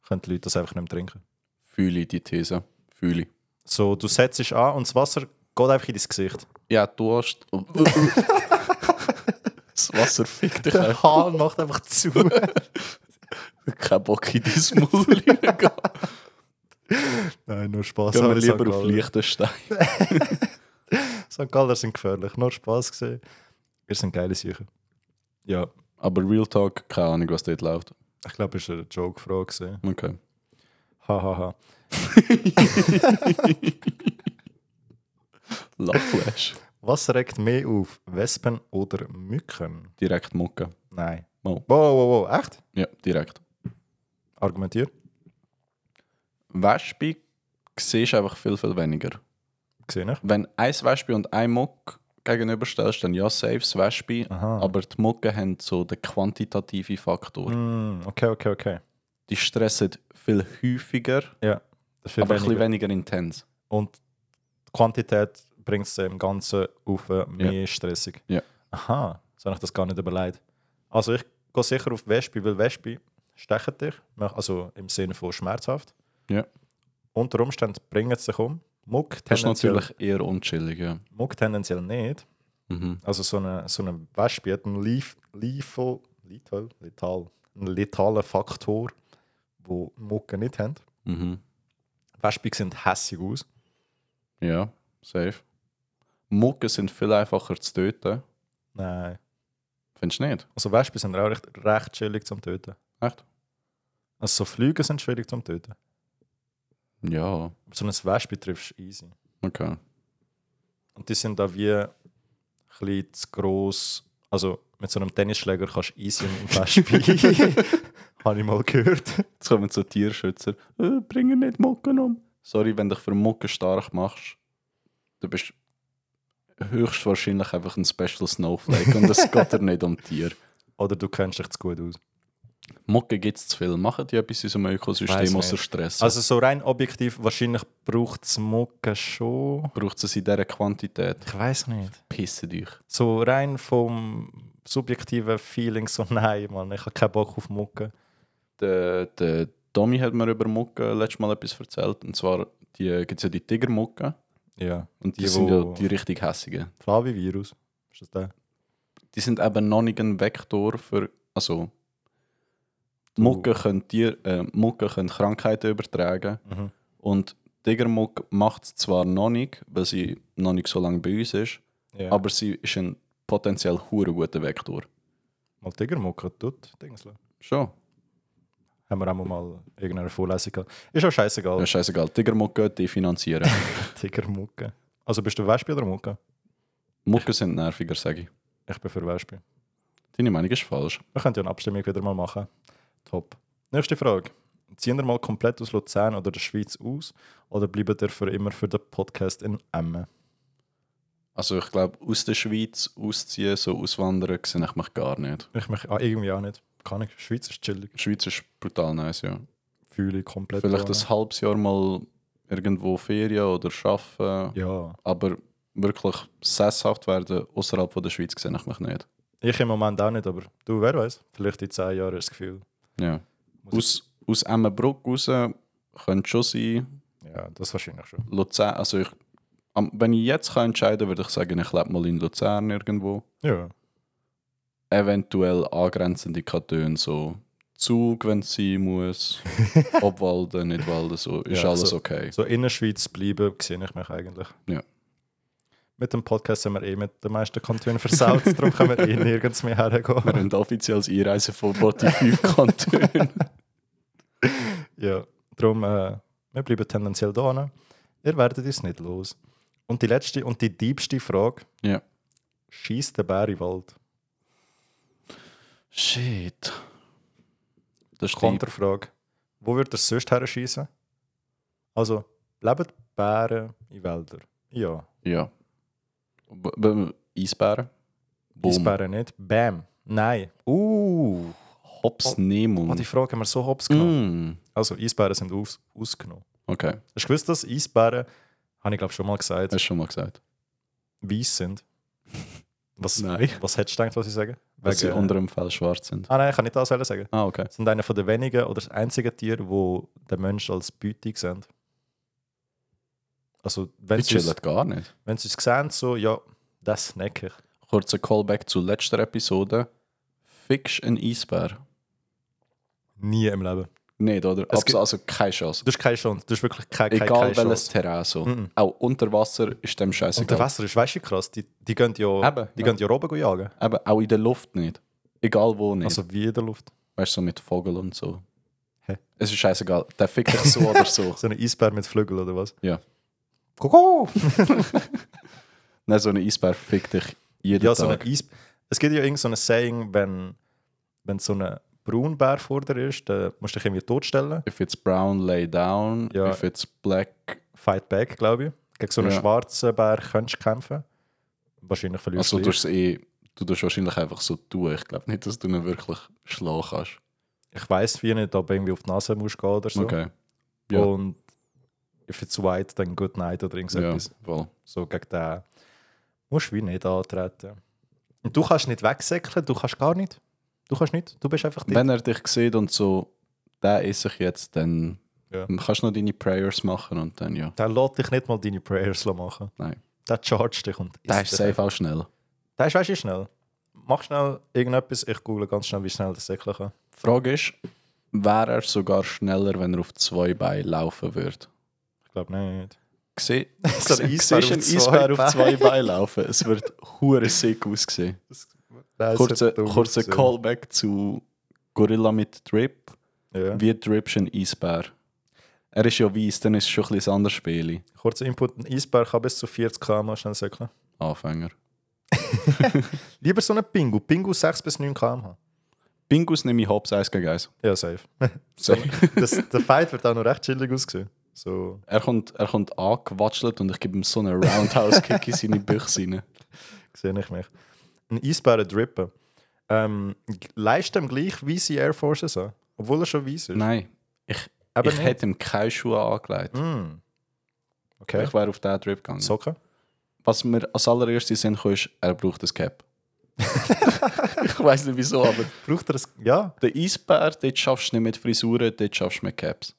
[SPEAKER 1] können die Leute das einfach nicht mehr trinken.
[SPEAKER 2] Fühle ich die These. Fühle ich.
[SPEAKER 1] So, du setzt dich an und das Wasser geht einfach in dein Gesicht.
[SPEAKER 2] Ja, du hast. Das Wasser fickt
[SPEAKER 1] <laughs>
[SPEAKER 2] dich
[SPEAKER 1] Der
[SPEAKER 2] auch.
[SPEAKER 1] Hahn macht einfach zu.
[SPEAKER 2] Kein Bock in dein Maul <laughs> reingehen.
[SPEAKER 1] <laughs> Nein, nur Spaß.
[SPEAKER 2] Gehen wir
[SPEAKER 1] aber St.
[SPEAKER 2] lieber auf
[SPEAKER 1] Galler-
[SPEAKER 2] Liechtenstein.
[SPEAKER 1] St. Galler sind gefährlich. Nur Spaß gesehen. Wir sind geile Sicher. Ja,
[SPEAKER 2] Aber Real Talk, keine Ahnung, was dort läuft.
[SPEAKER 1] ich glaube, es war eine Joke-Frage. gewesen.
[SPEAKER 2] Okay.
[SPEAKER 1] Hahaha. Ha.
[SPEAKER 2] Love Flash.
[SPEAKER 1] Was regt mehr auf? Wespen oder Mücken?
[SPEAKER 2] Direkt mucken.
[SPEAKER 1] Nein.
[SPEAKER 2] Mal.
[SPEAKER 1] Wow, wow, wow. Echt?
[SPEAKER 2] Ja, direkt.
[SPEAKER 1] Argumentier.
[SPEAKER 2] Wespe siehst du einfach viel, viel weniger.
[SPEAKER 1] Gesehen ich.
[SPEAKER 2] Wenn ein Wespe und ein Muck gegenüberstellst, dann ja, safe das Wespe.
[SPEAKER 1] Aha.
[SPEAKER 2] Aber die Mucken haben so den quantitativen Faktor.
[SPEAKER 1] Mm, okay, okay, okay.
[SPEAKER 2] Die stressen viel häufiger,
[SPEAKER 1] Das ist viel
[SPEAKER 2] aber
[SPEAKER 1] weniger.
[SPEAKER 2] ein bisschen weniger intens.
[SPEAKER 1] Und die Quantität bringt es im Ganzen auf äh, mehr stressig.
[SPEAKER 2] Ja.
[SPEAKER 1] Aha, so habe ich das gar nicht überlegt. Also ich gehe sicher auf Wespe, weil Wespe stechen dich, mach- also im Sinne von schmerzhaft.
[SPEAKER 2] Ja.
[SPEAKER 1] Unter Umständen bringen sie sich um. Muck
[SPEAKER 2] Das ist
[SPEAKER 1] tendenziell,
[SPEAKER 2] natürlich eher unchillig, ja.
[SPEAKER 1] Muck tendenziell nicht.
[SPEAKER 2] Mhm.
[SPEAKER 1] Also so eine, so eine Wespe hat einen Lef- Lethal, Lethal, Lethal, einen letalen Faktor, wo Mucken nicht haben.
[SPEAKER 2] Mhm.
[SPEAKER 1] Wespen sehen hässig aus.
[SPEAKER 2] Ja, safe. Mucken sind viel einfacher zu töten.
[SPEAKER 1] Nein.
[SPEAKER 2] Findest du nicht?
[SPEAKER 1] Also Wespen sind auch recht, recht chillig zum Töten.
[SPEAKER 2] Echt?
[SPEAKER 1] Also so Flüge sind schwierig zum Töten.
[SPEAKER 2] Ja,
[SPEAKER 1] Aber so ein Wespe triffst du easy.
[SPEAKER 2] okay.
[SPEAKER 1] Und die sind da wie ein bisschen zu gross. Also mit so einem Tennisschläger kannst du easy einen Wespe. <laughs> Habe ich mal gehört.
[SPEAKER 2] Jetzt kommen so Tierschützer. Äh, bringen nicht Mucken um. Sorry, wenn du dich für Mucken stark machst, du bist höchstwahrscheinlich einfach ein Special Snowflake und <laughs> es geht dir nicht um Tier.
[SPEAKER 1] Oder du kennst dich zu gut aus.
[SPEAKER 2] Mucken gibt es zu viel. Machen die etwas in unserem
[SPEAKER 1] Weiss
[SPEAKER 2] Ökosystem
[SPEAKER 1] nicht.
[SPEAKER 2] außer Stress? Also
[SPEAKER 1] Also so rein objektiv, wahrscheinlich braucht es Mucke schon.
[SPEAKER 2] braucht es in dieser Quantität?
[SPEAKER 1] Ich weiß nicht.
[SPEAKER 2] Pissen dich.
[SPEAKER 1] So rein vom subjektiven Feeling, so <laughs> nein, Mann, ich habe keinen Bock auf Mucke.
[SPEAKER 2] Der, der Tommy hat mir über Mucken letztes Mal etwas erzählt. Und zwar gibt es ja die Tigermucken.
[SPEAKER 1] Ja.
[SPEAKER 2] Und die,
[SPEAKER 1] Die,
[SPEAKER 2] sind ja
[SPEAKER 1] wo-
[SPEAKER 2] die richtig hässigen.
[SPEAKER 1] Flavivirus. Ist das der?
[SPEAKER 2] Die sind eben noch nicht ein Vektor für. Also, Mucken können, Tier, äh, Mucken können Krankheiten übertragen.
[SPEAKER 1] Mhm.
[SPEAKER 2] Und Tigermuck macht es zwar noch nicht, weil sie noch nicht so lange bei uns ist,
[SPEAKER 1] Ja.
[SPEAKER 2] aber sie ist ein potenziell hure guter Vektor.
[SPEAKER 1] Mal Tigermucke tut Dingsle.
[SPEAKER 2] Schon.
[SPEAKER 1] Haben wir auch mal irgendeine Vorlesung gehabt. Ist auch scheißegal.
[SPEAKER 2] Ja, scheißegal. Tigermucke definanzieren.
[SPEAKER 1] Tigermucke. Also bist du Wespe oder Mucke?
[SPEAKER 2] Mucken sind nerviger, sage ich.
[SPEAKER 1] Ich bin für Wespe.
[SPEAKER 2] Deine Meinung ist falsch.
[SPEAKER 1] Wir könnten ja eine Abstimmung wieder mal machen. Top. Nächste Frage. Ziehen wir mal komplett aus Luzern oder der Schweiz aus oder bleiben wir für immer für den Podcast in Emmen?
[SPEAKER 2] Also ich glaube, aus der Schweiz ausziehen, so auswandern, sehe ich mich gar nicht.
[SPEAKER 1] Ich mich ah, irgendwie auch nicht. Kann ich. Schweiz ist chillig.
[SPEAKER 2] Die Schweiz ist brutal nice, ja.
[SPEAKER 1] Fühle ich komplett.
[SPEAKER 2] Vielleicht
[SPEAKER 1] ohne.
[SPEAKER 2] ein halbes Jahr mal irgendwo Ferien oder arbeiten,
[SPEAKER 1] Ja.
[SPEAKER 2] aber wirklich sesshaft werden außerhalb von der Schweiz sehe ich mich nicht.
[SPEAKER 1] Ich im Moment auch nicht, aber du, wer weiß? Vielleicht in zehn Jahren ist das Gefühl.
[SPEAKER 2] Ja.
[SPEAKER 1] Muss
[SPEAKER 2] Aus, aus Emmenbruck raus könnte schon sein,
[SPEAKER 1] ich- Ja, das wahrscheinlich schon.
[SPEAKER 2] Luzern, also ich, am- wenn ich jetzt kann entscheiden kann, würde ich sagen, ich lebe mal in Luzern irgendwo.
[SPEAKER 1] Ja.
[SPEAKER 2] Eventuell angrenzende Kantone, so Zug, wenn es
[SPEAKER 1] <laughs>
[SPEAKER 2] sein muss, Obwalden, nicht Walden, so, ist
[SPEAKER 1] Ja,
[SPEAKER 2] alles
[SPEAKER 1] so-
[SPEAKER 2] okay.
[SPEAKER 1] So in der Schweiz bleiben, sehe ich mich eigentlich.
[SPEAKER 2] Ja.
[SPEAKER 1] Mit dem Podcast sind wir eh mit den meisten Kantonen versaut, <laughs> darum können wir eh nirgends mehr hergehen.
[SPEAKER 2] Wir haben offizielles Einreiseverbot
[SPEAKER 1] <laughs>
[SPEAKER 2] in fünf Kantonen.
[SPEAKER 1] Ja, darum, äh, wir bleiben tendenziell da. Ne? Ihr werdet uns nicht los. Und die letzte und die diebste Frage:
[SPEAKER 2] Ja.
[SPEAKER 1] Schießt der Bär in den Wald?
[SPEAKER 2] Shit. Das ist deep.
[SPEAKER 1] Konterfrage: Wo würde er sonst her schießen? Also, leben Bären in Wäldern? Ja.
[SPEAKER 2] Ja. B- b- Eisbären. Boom.
[SPEAKER 1] Eisbären nicht? Bam. Nein. Uh.
[SPEAKER 2] Hops
[SPEAKER 1] Oh,
[SPEAKER 2] Nemo.
[SPEAKER 1] die Frage haben wir so hops genommen.
[SPEAKER 2] Mm.
[SPEAKER 1] Also, Eisbären sind aus, ausgenommen.
[SPEAKER 2] Okay,
[SPEAKER 1] Hast du gewusst, dass Eisbären, habe ich glaube schon mal gesagt,
[SPEAKER 2] hast du schon mal gesagt.
[SPEAKER 1] weiß
[SPEAKER 2] <laughs>
[SPEAKER 1] sind? Was,
[SPEAKER 2] Nein.
[SPEAKER 1] was hättest du gedacht, was ich sage?
[SPEAKER 2] Weil sie
[SPEAKER 1] Wegen-
[SPEAKER 2] unter dem Fell schwarz sind.
[SPEAKER 1] Ah nein, ich kann nicht das wollen sagen.
[SPEAKER 2] Ah, okay.
[SPEAKER 1] sind einer von der wenigen oder das einzige Tier, wo der Mensch als Beute sehen. Also, wenn
[SPEAKER 2] Die
[SPEAKER 1] sie, uns,
[SPEAKER 2] chillen gar nicht.
[SPEAKER 1] wenn sie uns sehen, so, ja, das snack ich.
[SPEAKER 2] Ich Kurzer Callback zur letzten Episode. Fickst ein Eisbär?
[SPEAKER 1] Nie im Leben.
[SPEAKER 2] Nicht, oder?
[SPEAKER 1] Es
[SPEAKER 2] Also,
[SPEAKER 1] gibt-
[SPEAKER 2] also keine Chance.
[SPEAKER 1] Du hast keine Chance. Du hast wirklich keine, keine,
[SPEAKER 2] Egal
[SPEAKER 1] keine
[SPEAKER 2] welches
[SPEAKER 1] Chance.
[SPEAKER 2] Terrain so.
[SPEAKER 1] Mhm.
[SPEAKER 2] Auch unter Wasser ist dem scheißegal.
[SPEAKER 1] Und der Wasser ist, weißt du, krass. Die, die gehen ja,
[SPEAKER 2] Eben,
[SPEAKER 1] die
[SPEAKER 2] ja.
[SPEAKER 1] gehen ja oben gehen jagen.
[SPEAKER 2] Eben, auch in der Luft nicht. Egal wo nicht.
[SPEAKER 1] Also wie in der Luft.
[SPEAKER 2] weißt du, so mit Vogel und so.
[SPEAKER 1] Hä?
[SPEAKER 2] Es ist scheißegal. Der fickt dich so oder so.
[SPEAKER 1] So ein Eisbär mit Flügeln oder was?
[SPEAKER 2] Ja.
[SPEAKER 1] Koko!
[SPEAKER 2] Nein, so ein Eisbär fickt dich jeden
[SPEAKER 1] Ja, so ein
[SPEAKER 2] Tag.
[SPEAKER 1] Eis. Es gibt ja irgend so ein Saying, wenn, wenn so ein Braunbär vor dir ist, dann musst du dich irgendwie totstellen.
[SPEAKER 2] If it's brown, lay down.
[SPEAKER 1] Ja.
[SPEAKER 2] If it's black.
[SPEAKER 1] Fight back, glaube ich. Gegen so einen
[SPEAKER 2] Ja.
[SPEAKER 1] schwarzen Bär könntest du kämpfen. Wahrscheinlich verlierst
[SPEAKER 2] Also du
[SPEAKER 1] gleich.
[SPEAKER 2] tust eh, du tust wahrscheinlich einfach so tun. Ich glaube nicht, dass du ihn wirklich schlagen kannst.
[SPEAKER 1] Ich weiß wie nicht, ob du irgendwie auf die Nase musst gehen oder so.
[SPEAKER 2] Okay. ja.
[SPEAKER 1] Und if it's white, dann good night oder
[SPEAKER 2] Ja,
[SPEAKER 1] irgendwas.
[SPEAKER 2] voll.
[SPEAKER 1] So gegen den musst du wie nicht antreten. Und du kannst nicht wegsäckeln, du kannst gar nicht. Du kannst nicht, du bist einfach dort.
[SPEAKER 2] Wenn er dich sieht und so, der ist ich jetzt, dann
[SPEAKER 1] Ja.
[SPEAKER 2] kannst du noch deine Prayers machen und dann ja.
[SPEAKER 1] Der lässt dich nicht mal deine Prayers machen.
[SPEAKER 2] Nein.
[SPEAKER 1] Der chargt dich und
[SPEAKER 2] Der
[SPEAKER 1] isst
[SPEAKER 2] ist
[SPEAKER 1] dich
[SPEAKER 2] safe auch schnell.
[SPEAKER 1] Der ist, weißt du, schnell. Mach schnell irgendetwas, ich google ganz schnell, wie schnell das säckeln kann.
[SPEAKER 2] Die Frage ist, wäre er sogar schneller, wenn er auf zwei Beinen laufen würde?
[SPEAKER 1] Ich glaube nicht.
[SPEAKER 2] Gse
[SPEAKER 1] <laughs> So ein
[SPEAKER 2] siehst
[SPEAKER 1] Eisbär
[SPEAKER 2] du einen
[SPEAKER 1] auf zwei
[SPEAKER 2] Eisbär
[SPEAKER 1] Beinen?
[SPEAKER 2] auf zwei Beinen laufen? Es wird hure sick aussehen.
[SPEAKER 1] Das
[SPEAKER 2] Kurzer,
[SPEAKER 1] hat dumm
[SPEAKER 2] kurzer
[SPEAKER 1] ausgesehen.
[SPEAKER 2] Callback zu Gorilla mit Drip.
[SPEAKER 1] Ja.
[SPEAKER 2] Wie drippst du ein Eisbär? Er ist ja weiss, dann ist es schon ein bisschen ein anderes Spiel.
[SPEAKER 1] Kurzer Input: Ein Eisbär kann bis zu 40 km schnell säckeln.
[SPEAKER 2] Anfänger.
[SPEAKER 1] Lieber so einen Pingu. Pingu 6 bis 9 km/h.
[SPEAKER 2] Pingus nehme ich Hobbs 1 gegen 1.
[SPEAKER 1] Ja, safe.
[SPEAKER 2] So.
[SPEAKER 1] <laughs> das, der Fight wird auch noch recht chillig aussehen. So.
[SPEAKER 2] Er kommt, er kommt angewatschelt und ich gebe ihm so einen Roundhouse-Kick in seine
[SPEAKER 1] <laughs>
[SPEAKER 2] Büchse rein.
[SPEAKER 1] sehe ich mich. Ein Eisbären drippen. Ähm, g- leistet ihm gleich weiße Air Forces an, obwohl er schon weiß ist.
[SPEAKER 2] Nein, ich,
[SPEAKER 1] Eben
[SPEAKER 2] ich
[SPEAKER 1] nicht.
[SPEAKER 2] hätte ihm keine Schuhe angelegt.
[SPEAKER 1] Mm. Okay.
[SPEAKER 2] Ich wäre auf diesen Trip gegangen.
[SPEAKER 1] Socken?
[SPEAKER 2] Was mir als allererstes in den Sinn kam, ist, er braucht
[SPEAKER 1] <laughs>
[SPEAKER 2] ein Cap. ich weiß nicht wieso, aber
[SPEAKER 1] Braucht er ein. Ja,
[SPEAKER 2] der Eisbär, dort schaffst du nicht mit Frisuren, dort schaffst du mit Caps.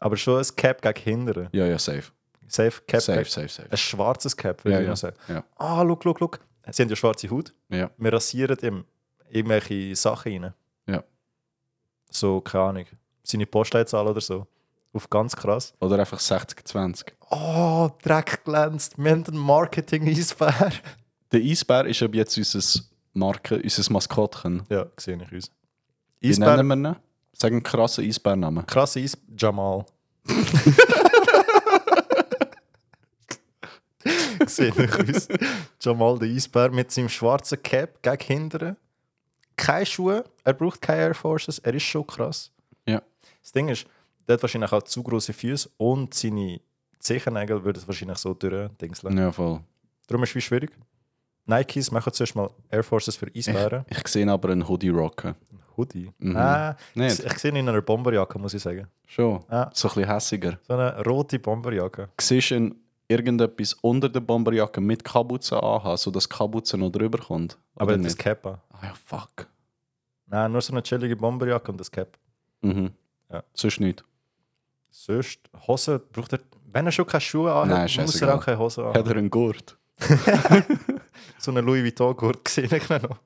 [SPEAKER 1] aber schon ein Cap gegen hindern.
[SPEAKER 2] Ja, ja, safe.
[SPEAKER 1] Safe Cap.
[SPEAKER 2] safe,
[SPEAKER 1] gegen-
[SPEAKER 2] safe, safe.
[SPEAKER 1] Ein schwarzes Cap, würde
[SPEAKER 2] Ja,
[SPEAKER 1] ich
[SPEAKER 2] ja.
[SPEAKER 1] mal sagen.
[SPEAKER 2] Ja.
[SPEAKER 1] Ah, look, look, look. Sie haben ja schwarze Haut.
[SPEAKER 2] Ja.
[SPEAKER 1] Wir rasieren ihm irgendwelche Sachen rein.
[SPEAKER 2] Ja.
[SPEAKER 1] So, keine Ahnung. Seine Postleitzahl oder so. Auf ganz krass.
[SPEAKER 2] Oder einfach 60-20.
[SPEAKER 1] Oh, Dreck glänzt. Wir haben einen Marketing-Eisbär.
[SPEAKER 2] Der Eisbär ist ab jetzt unser Marke, unser Maskottchen.
[SPEAKER 1] Ja, sehe ich uns.
[SPEAKER 2] Wie
[SPEAKER 1] Eisbär,
[SPEAKER 2] nennen wir ihn? Sag einen krassen Eisbärnamen.
[SPEAKER 1] krass Eis,
[SPEAKER 2] <laughs>
[SPEAKER 1] Jamal. sehe ich uns. Jamal, der Eisbär, mit seinem schwarzen Cap gegen hindern. Keine Schuhe, er braucht keine Air Forces, er ist schon krass.
[SPEAKER 2] Ja.
[SPEAKER 1] Das Ding ist, der hat wahrscheinlich auch zu große Füße und seine Zehennägel würden wahrscheinlich so durchdingseln.
[SPEAKER 2] Ja, voll.
[SPEAKER 1] Darum ist es wie schwierig. Nikes machen zuerst mal Air Forces für Eisbären.
[SPEAKER 2] Ich sehe aber einen Hoodie rocken.
[SPEAKER 1] Hoodie.
[SPEAKER 2] Mhm.
[SPEAKER 1] Ah,
[SPEAKER 2] Nicht?
[SPEAKER 1] Ich sehe ihn in einer Bomberjacke, muss ich sagen.
[SPEAKER 2] Schon.
[SPEAKER 1] Ah.
[SPEAKER 2] So ein bisschen hässiger.
[SPEAKER 1] So eine rote Bomberjacke.
[SPEAKER 2] Siehst du ihn irgendetwas unter der Bomberjacke mit Kapuze anhaben, sodass die Kapuze noch drüber kommt?
[SPEAKER 1] Aber
[SPEAKER 2] Oder
[SPEAKER 1] das
[SPEAKER 2] nicht?
[SPEAKER 1] Cap an.
[SPEAKER 2] Ah ja, fuck.
[SPEAKER 1] Nein, nur so eine chillige Bomberjacke und das Cap.
[SPEAKER 2] Mhm.
[SPEAKER 1] Ja.
[SPEAKER 2] Sonst nicht.
[SPEAKER 1] Sonst, Hose braucht er. Wenn er schon keine Schuhe anhat,
[SPEAKER 2] Nein,
[SPEAKER 1] muss
[SPEAKER 2] scheißegal.
[SPEAKER 1] er auch keine Hose <laughs>
[SPEAKER 2] Hat
[SPEAKER 1] anhaben.
[SPEAKER 2] er einen Gurt?
[SPEAKER 1] So einen Louis Vuitton-Gurt <laughs> gesehen, ich noch.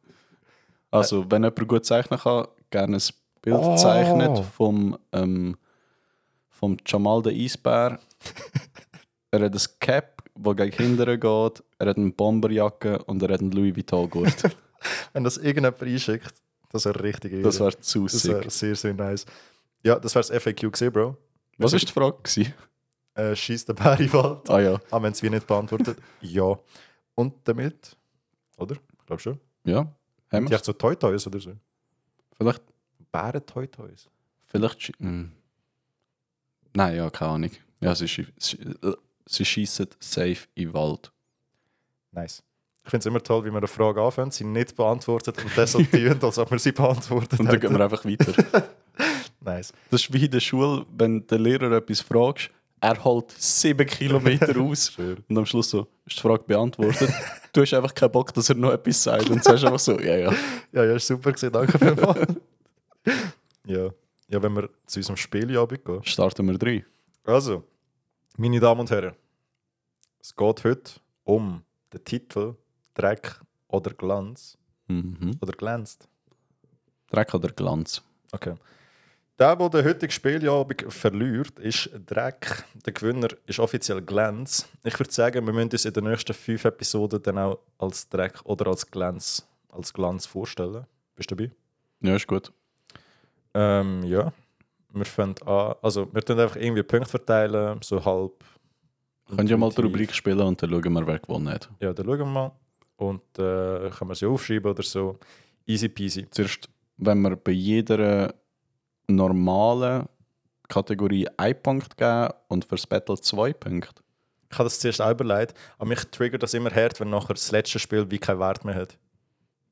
[SPEAKER 2] Also, wenn jemand gut zeichnen kann, gerne ein Bild
[SPEAKER 1] Oh.
[SPEAKER 2] zeichnet vom, ähm, vom Jamal der Eisbär. er hat ein Cap, das gegen hinten geht. Er hat eine Bomberjacke und er hat einen Louis Vuitton-Gurt.
[SPEAKER 1] Wenn das irgendjemand einschickt, das wäre richtig
[SPEAKER 2] Das
[SPEAKER 1] irre.
[SPEAKER 2] wäre zu
[SPEAKER 1] das
[SPEAKER 2] sick.
[SPEAKER 1] wär sehr, sehr nice. Ja, das wäre das FAQ gesehen, Bro.
[SPEAKER 2] Was war die Frage? gewesen?
[SPEAKER 1] Äh, Schießt der <laughs> Bär in den Wald.
[SPEAKER 2] Ah ja.
[SPEAKER 1] Ah, wenn es wir nicht beantwortet. <laughs> ja. Und damit, oder? Ich glaube schon.
[SPEAKER 2] Ja, haben
[SPEAKER 1] Die
[SPEAKER 2] wir
[SPEAKER 1] hat so Toy-Toys oder so.
[SPEAKER 2] Vielleicht.
[SPEAKER 1] Bären-Toy-Toys.
[SPEAKER 2] vielleicht schi- hm. Nein, ja, keine Ahnung. Ja, sie, schi- sie, äh, sie schießen safe in den Wald.
[SPEAKER 1] Nice. Ich finde es immer toll, wie wir eine Frage anfangen, sie nicht beantwortet und das so tun, <laughs> als ob wir sie beantwortet
[SPEAKER 2] Und dann gehen
[SPEAKER 1] hätten.
[SPEAKER 2] wir einfach weiter.
[SPEAKER 1] Nice.
[SPEAKER 2] Das ist wie in der Schule, wenn der Lehrer etwas fragst, er holt sieben <laughs> Kilometer aus.
[SPEAKER 1] Schön.
[SPEAKER 2] Und am Schluss so, ist die Frage beantwortet. Du hast einfach keinen Bock, dass er noch etwas sagt. Und sagst einfach so, ja, ja.
[SPEAKER 1] Ja, ja, ist super gesehen. Danke vielmals. <laughs> ja. ja, wenn wir zu unserem Spiel gehen.
[SPEAKER 2] Starten wir drei.
[SPEAKER 1] Also, meine Damen und Herren, es geht heute um den Titel Dreck oder Glanz.
[SPEAKER 2] Mhm.
[SPEAKER 1] Oder glänzt.
[SPEAKER 2] Dreck oder Glanz?
[SPEAKER 1] Okay. Der, der den heutigen Spielabend verliert, ist Dreck. Der Gewinner ist offiziell Glanz. Ich würde sagen, wir müssen uns in den nächsten fünf Episoden dann auch als Dreck oder als Glanz, als Glanz vorstellen. Bist du dabei?
[SPEAKER 2] Ja, ist gut.
[SPEAKER 1] Ähm, ja. Wir fangen an, also wir tun einfach irgendwie Punkte verteilen, so halb.
[SPEAKER 2] Könnt ihr mal die
[SPEAKER 1] intuitiv.
[SPEAKER 2] Rubrik spielen und dann schauen wir, wer gewonnen hat.
[SPEAKER 1] Ja, dann schauen wir mal. Und äh, können wir sie aufschreiben oder so. Easy peasy.
[SPEAKER 2] Zuerst, wenn wir bei jeder normalen Kategorie einen Punkt geben und fürs Battle zwei Punkte.
[SPEAKER 1] Ich habe das zuerst auch überlegt, aber mich triggert das immer hart, wenn nachher das letzte Spiel wie keinen Wert mehr hat.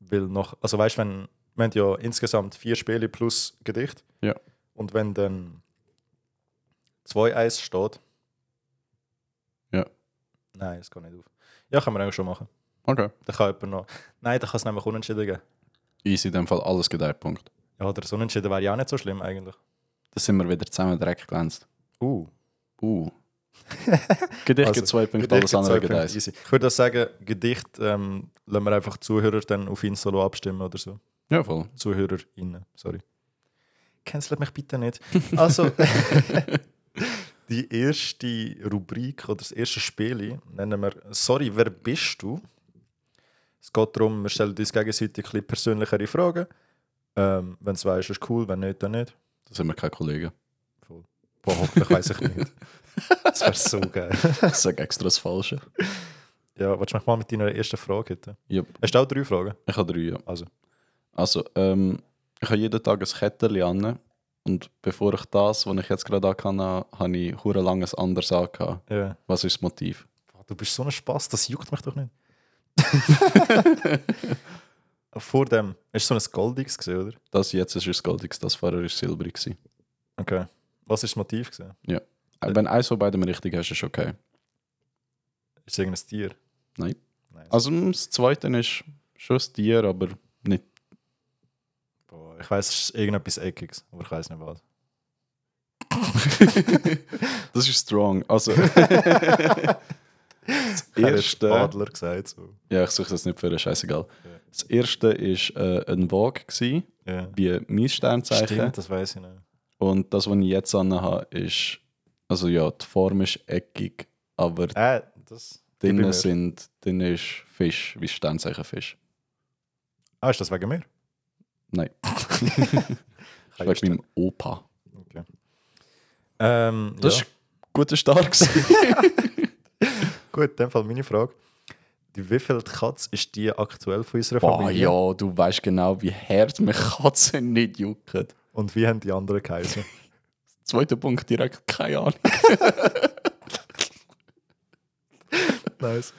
[SPEAKER 1] Weil noch, also weißt du, wenn wir haben ja insgesamt vier Spiele plus Gedicht.
[SPEAKER 2] Ja.
[SPEAKER 1] Und wenn dann 2-1 steht.
[SPEAKER 2] Ja.
[SPEAKER 1] Nein, das geht nicht auf. Ja, kann man eigentlich schon machen.
[SPEAKER 2] Okay.
[SPEAKER 1] Dann kann jemand noch. Nein, dann kann es nämlich unentschieden geben.
[SPEAKER 2] Easy, in dem Fall alles geht ein Punkt.
[SPEAKER 1] Ja, oder so unentschieden wäre ja auch nicht so schlimm eigentlich.
[SPEAKER 2] Da sind wir wieder zusammen direkt glänzt.
[SPEAKER 1] Uh.
[SPEAKER 2] <laughs> Uh. Gedicht
[SPEAKER 1] Also,
[SPEAKER 2] gibt zwei Punkte,
[SPEAKER 1] Gedicht gibt
[SPEAKER 2] alles
[SPEAKER 1] zwei
[SPEAKER 2] andere geht
[SPEAKER 1] Punkte,
[SPEAKER 2] eins.
[SPEAKER 1] easy. Ich würde auch sagen, Gedicht ähm, lassen wir einfach die Zuhörer dann auf Insta abstimmen oder so.
[SPEAKER 2] Ja, voll.
[SPEAKER 1] ZuhörerInnen, sorry. Cancelt mich bitte nicht. <laughs> Also, die erste Rubrik oder das erste Spiel nennen wir Sorry, wer bist du? Es geht darum, wir stellen uns gegenseitig ein bisschen persönlichere Fragen. Ähm, wenn es weißt, ist cool, wenn nicht, dann nicht.
[SPEAKER 2] Da sind wir keine <laughs> Kollegen.
[SPEAKER 1] Boah, hoffentlich weiß ich nicht. Das wäre so geil. <laughs>
[SPEAKER 2] Ich sage extra das Falsche.
[SPEAKER 1] Ja, willst du mich mal mit deiner ersten Frage hitten?
[SPEAKER 2] Yep.
[SPEAKER 1] Hast du auch drei Fragen?
[SPEAKER 2] Ich habe drei, ja.
[SPEAKER 1] Also.
[SPEAKER 2] Also, ähm, ich habe jeden Tag ein Kettchen an. Und bevor ich das, was ich jetzt gerade an habe, habe ich hure lang ein anderes angehabt.
[SPEAKER 1] Ja.
[SPEAKER 2] Was ist das Motiv?
[SPEAKER 1] Boah, Du bist so ein Spaß, das juckt mich doch
[SPEAKER 2] <laughs>
[SPEAKER 1] nicht. Vor dem, ist so ein Goldix gesehen, oder?
[SPEAKER 2] Das jetzt ist das Goldig, das vorher ist silbrig. gewesen.
[SPEAKER 1] Okay. Was ist das Motiv gesehen?
[SPEAKER 2] Äh, Wenn eins von beidem richtig hast, ist okay.
[SPEAKER 1] Ist es irgendein Tier?
[SPEAKER 2] Nein.
[SPEAKER 1] Nein.
[SPEAKER 2] Also, mm, das zweite ist schon ein Tier, aber <laughs> nicht.
[SPEAKER 1] Boah, ich weiß, es ist irgendetwas Eckiges, aber ich weiß nicht was.
[SPEAKER 2] Das ist strong. Also, <laughs>
[SPEAKER 1] Er hat
[SPEAKER 2] erste-
[SPEAKER 1] Adler gesagt. So.
[SPEAKER 2] ja, ich suche das nicht für einen Scheißegal.
[SPEAKER 1] Ja.
[SPEAKER 2] Das erste war äh, ein Vogue, gewesen,
[SPEAKER 1] Ja.
[SPEAKER 2] wie mein Sternzeichen.
[SPEAKER 1] Stimmt, das weiß ich nicht.
[SPEAKER 2] Und das, was ich jetzt habe, ist. Also ja, die Form ist eckig, aber
[SPEAKER 1] Äh, das. gib ich
[SPEAKER 2] drinnen
[SPEAKER 1] mir.
[SPEAKER 2] sind. Drin ist Fisch, wie Sternzeichen Fisch.
[SPEAKER 1] Ah, ist das wegen mir? <laughs>
[SPEAKER 2] Nein,
[SPEAKER 1] Kann
[SPEAKER 2] wegen
[SPEAKER 1] ich
[SPEAKER 2] meinem Opa.
[SPEAKER 1] okay. ähm,
[SPEAKER 2] Das
[SPEAKER 1] ja.
[SPEAKER 2] ist ein guter Start. gewesen.
[SPEAKER 1] <laughs> gut. In dem Fall meine Frage. Die wievielte Katze ist die aktuell von unserer
[SPEAKER 2] Boah,
[SPEAKER 1] Familie?
[SPEAKER 2] ja, du weißt genau, wie hart mich Katzen nicht jucken.
[SPEAKER 1] Und wie haben die anderen
[SPEAKER 2] <laughs>
[SPEAKER 1] geheißen?
[SPEAKER 2] Zweiter Punkt direkt, keine Ahnung.
[SPEAKER 1] nice.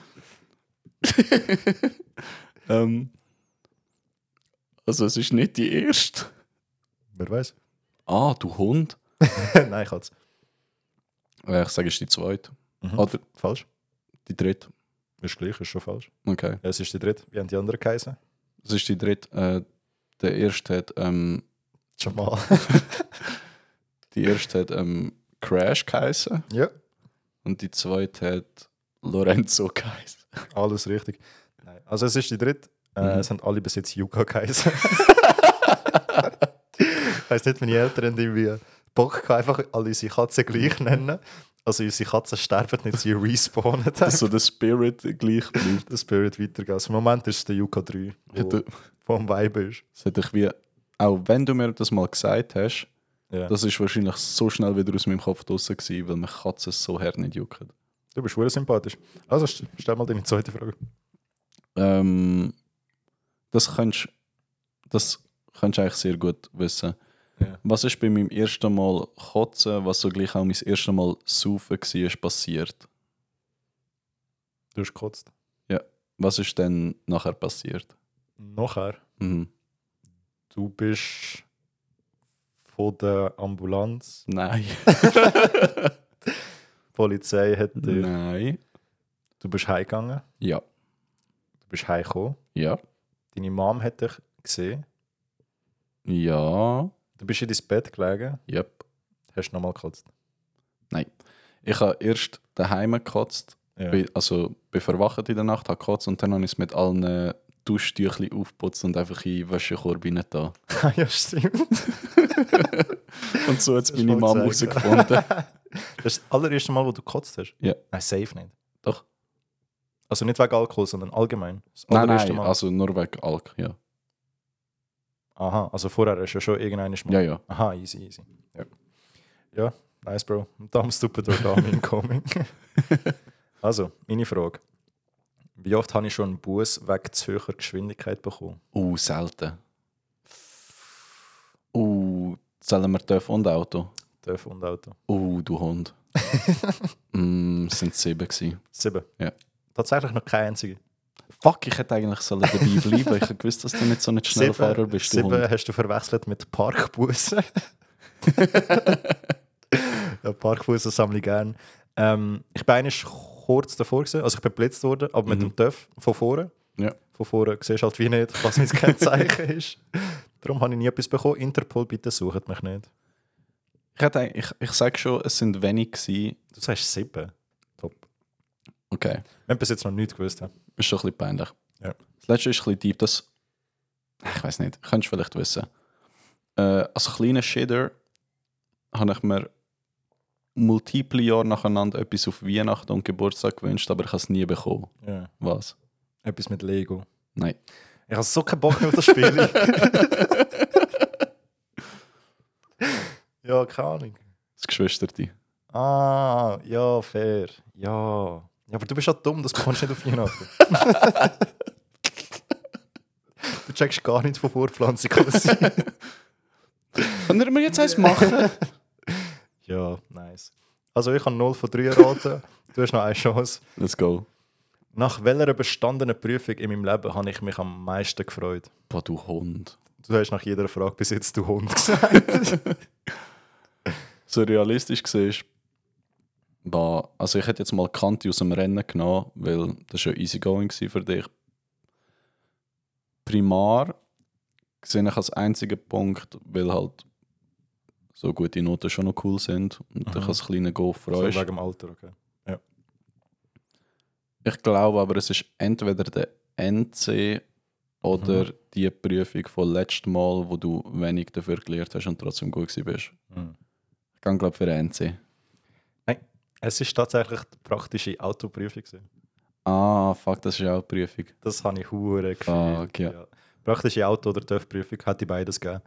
[SPEAKER 2] Ähm, also es ist nicht die erste.
[SPEAKER 1] Wer weiß? <laughs>
[SPEAKER 2] Ah, du Hund?
[SPEAKER 1] Nein, Katze.
[SPEAKER 2] Äh, Ich sage, es ist die zweite.
[SPEAKER 1] Mhm.
[SPEAKER 2] Oder
[SPEAKER 1] Falsch.
[SPEAKER 2] die dritte.
[SPEAKER 1] Ist gleich, ist schon falsch.
[SPEAKER 2] Okay.
[SPEAKER 1] Ja, es ist die dritte. Wie haben die anderen geheißen?
[SPEAKER 2] Es ist die dritte. Äh, der erste hat, ähm, <laughs>
[SPEAKER 1] Jamal.
[SPEAKER 2] die erste hat ähm, Crash geheißen
[SPEAKER 1] ja.
[SPEAKER 2] und die zweite hat Lorenzo geheißen.
[SPEAKER 1] Alles richtig. Nein. Also es ist die dritte. Äh,
[SPEAKER 2] Mhm.
[SPEAKER 1] Es haben alle bis jetzt Yuga geheißen.
[SPEAKER 2] <laughs>
[SPEAKER 1] ich weiss nicht, meine Eltern haben irgendwie Bock gehabt, einfach alle unsere Katzen gleich nennen. Also unsere Katzen sterben nicht, sie respawnen.
[SPEAKER 2] Also der Spirit gleich bleibt.
[SPEAKER 1] der Spirit weitergeht. Also Im Moment ist es der Yuga 3,
[SPEAKER 2] Hätte-
[SPEAKER 1] wo am Vibe ist.
[SPEAKER 2] Das hätte ich wie, auch wenn du mir das mal gesagt hast,
[SPEAKER 1] Ja.
[SPEAKER 2] das ist wahrscheinlich so schnell wieder aus meinem Kopf draussen gewesen, weil mich Katzen so hart nicht jucken.
[SPEAKER 1] Du bist sehr sympathisch. Also st- stell mal deine zweite Frage.
[SPEAKER 2] Ähm, das könntest das könntest du eigentlich sehr gut wissen.
[SPEAKER 1] Ja.
[SPEAKER 2] Was ist bei meinem ersten Mal Kotzen, was so gleich auch mein erstes Mal Saufen war, passiert?
[SPEAKER 1] Du hast gekotzt.
[SPEAKER 2] Was ist denn nachher passiert?
[SPEAKER 1] Nachher,
[SPEAKER 2] Mhm.
[SPEAKER 1] du bist von der Ambulanz.
[SPEAKER 2] Nein.
[SPEAKER 1] Die Polizei hat dich.
[SPEAKER 2] <laughs> Nein.
[SPEAKER 1] Du bist heimgegangen.
[SPEAKER 2] Ja.
[SPEAKER 1] Du bist heimgekommen.
[SPEAKER 2] Ja.
[SPEAKER 1] Deine Mom hat dich gesehen.
[SPEAKER 2] Ja.
[SPEAKER 1] Du bist in dein Bett gelegen,
[SPEAKER 2] Yep.
[SPEAKER 1] hast nochmal gekotzt.
[SPEAKER 2] Ich habe erst daheim gekotzt,
[SPEAKER 1] Ja.
[SPEAKER 2] bin- also bin verwacht in der Nacht, habe gekotzt und dann habe ich es mit allen Duschtüchli aufputzt und einfach in den Wäschekorb rein da.
[SPEAKER 1] <laughs> ja, stimmt.
[SPEAKER 2] Und so hat
[SPEAKER 1] Das
[SPEAKER 2] es
[SPEAKER 1] ist
[SPEAKER 2] meine
[SPEAKER 1] voll
[SPEAKER 2] Mom
[SPEAKER 1] gesagt.
[SPEAKER 2] herausgefunden.
[SPEAKER 1] <laughs> Das ist das allererste Mal, wo du gekotzt hast?
[SPEAKER 2] Ja.
[SPEAKER 1] Nein, safe nicht.
[SPEAKER 2] Doch.
[SPEAKER 1] Also nicht wegen Alkohol, sondern allgemein. Das
[SPEAKER 2] nein,
[SPEAKER 1] allererste
[SPEAKER 2] nein,
[SPEAKER 1] Mal.
[SPEAKER 2] also nur wegen Alk, ja.
[SPEAKER 1] Aha, also vorher hast du ja schon irgendeines Mal.
[SPEAKER 2] Ja, ja.
[SPEAKER 1] Aha, easy, easy. Ja, ja nice, Bro. Thumbs stupid or dumb
[SPEAKER 2] <laughs>
[SPEAKER 1] incoming. also, meine Frage. Wie oft habe ich schon einen Bus wegen zu höherer Geschwindigkeit bekommen?
[SPEAKER 2] Uh, selten. Uh, zählen wir TÜV und Auto?
[SPEAKER 1] TÜV und Auto.
[SPEAKER 2] Uh, du <laughs> Hund. mm, es sind sieben gewesen.
[SPEAKER 1] Sieben.
[SPEAKER 2] Ja.
[SPEAKER 1] Tatsächlich noch kein einziger.
[SPEAKER 2] Fuck, ich hätte eigentlich sollen dabei bleiben. Ich hätte gewusst, dass du nicht <laughs> so ein Schnellfahrer
[SPEAKER 1] sieben,
[SPEAKER 2] bist, du Hund.
[SPEAKER 1] sieben hast du verwechselt mit
[SPEAKER 2] <laughs>
[SPEAKER 1] Parkbussen. ja, Parkbussen sammle ich gerne. Ähm, ich bin eigentlich kurz davor, gewesen, also ich bin geblitzt worden, aber mit dem TÜV von vorne.
[SPEAKER 2] Mhm. Ja.
[SPEAKER 1] Von vorne siehst du halt wie nicht, was mein <laughs> Kennzeichen ist. Darum habe ich nie etwas bekommen. Interpol, bitte sucht mich nicht.
[SPEAKER 2] Ich, hätte eigentlich- ich, ich sage schon, es sind wenig gewesen.
[SPEAKER 1] Du sagst sieben. Top.
[SPEAKER 2] Okay,
[SPEAKER 1] Wir haben bis jetzt noch nichts gewusst. hä?
[SPEAKER 2] ist schon ein bisschen peinlich.
[SPEAKER 1] Ja.
[SPEAKER 2] Das letzte ist ein bisschen deep, das... Ich weiß nicht, könntest du vielleicht wissen. Äh, als kleiner Shader habe ich mir multiple Jahre nacheinander etwas auf Weihnachten und Geburtstag gewünscht, aber ich habe es nie bekommen.
[SPEAKER 1] Ja.
[SPEAKER 2] Was?
[SPEAKER 1] Etwas mit Lego.
[SPEAKER 2] Nein.
[SPEAKER 1] Ich habe so keinen Bock mehr auf das
[SPEAKER 2] <laughs>
[SPEAKER 1] Spiel. ja, keine Ahnung.
[SPEAKER 2] Das Geschwisterte.
[SPEAKER 1] Ah, ja, fair. Ja. Ja, aber du bist ja dumm, das bekommst du nicht auf Weihnachten. <laughs> du checkst gar nichts von Vorpflanzung. alles.
[SPEAKER 2] Können wir jetzt eins machen?
[SPEAKER 1] <laughs> ja, nice. Also ich habe 0 von 3 erraten. Du hast noch eine Chance.
[SPEAKER 2] Let's go.
[SPEAKER 1] Nach welcher bestandenen Prüfung in meinem Leben habe ich mich am meisten gefreut?
[SPEAKER 2] Boah, du Hund.
[SPEAKER 1] Du hast nach jeder Frage bis jetzt du <laughs> Hund gesagt.
[SPEAKER 2] So realistisch gesehen, war, also ich hätte jetzt mal Kanti aus dem Rennen genommen, weil das war ja easygoing gewesen für dich. Primar sehe ich als einzigen Punkt, weil halt so gute Noten schon noch cool sind und
[SPEAKER 1] Mhm.
[SPEAKER 2] dich als kleiner Go
[SPEAKER 1] so
[SPEAKER 2] freust.
[SPEAKER 1] wegen dem Alter, okay.
[SPEAKER 2] Ich glaube aber, es ist entweder der NC oder
[SPEAKER 1] Mhm.
[SPEAKER 2] die Prüfung von letztem Mal, wo du wenig dafür gelernt hast und trotzdem gut gewesen bist.
[SPEAKER 1] Mhm.
[SPEAKER 2] Ich kann glaube für den NC.
[SPEAKER 1] Es ist tatsächlich die praktische Autoprüfung. gewesen.
[SPEAKER 2] Ah, fuck, das ist auch eine Prüfung.
[SPEAKER 1] Das habe ich hure
[SPEAKER 2] Fuck, ja.
[SPEAKER 1] Praktische Auto- oder TÜV-Prüfung hätte ich beides gegeben.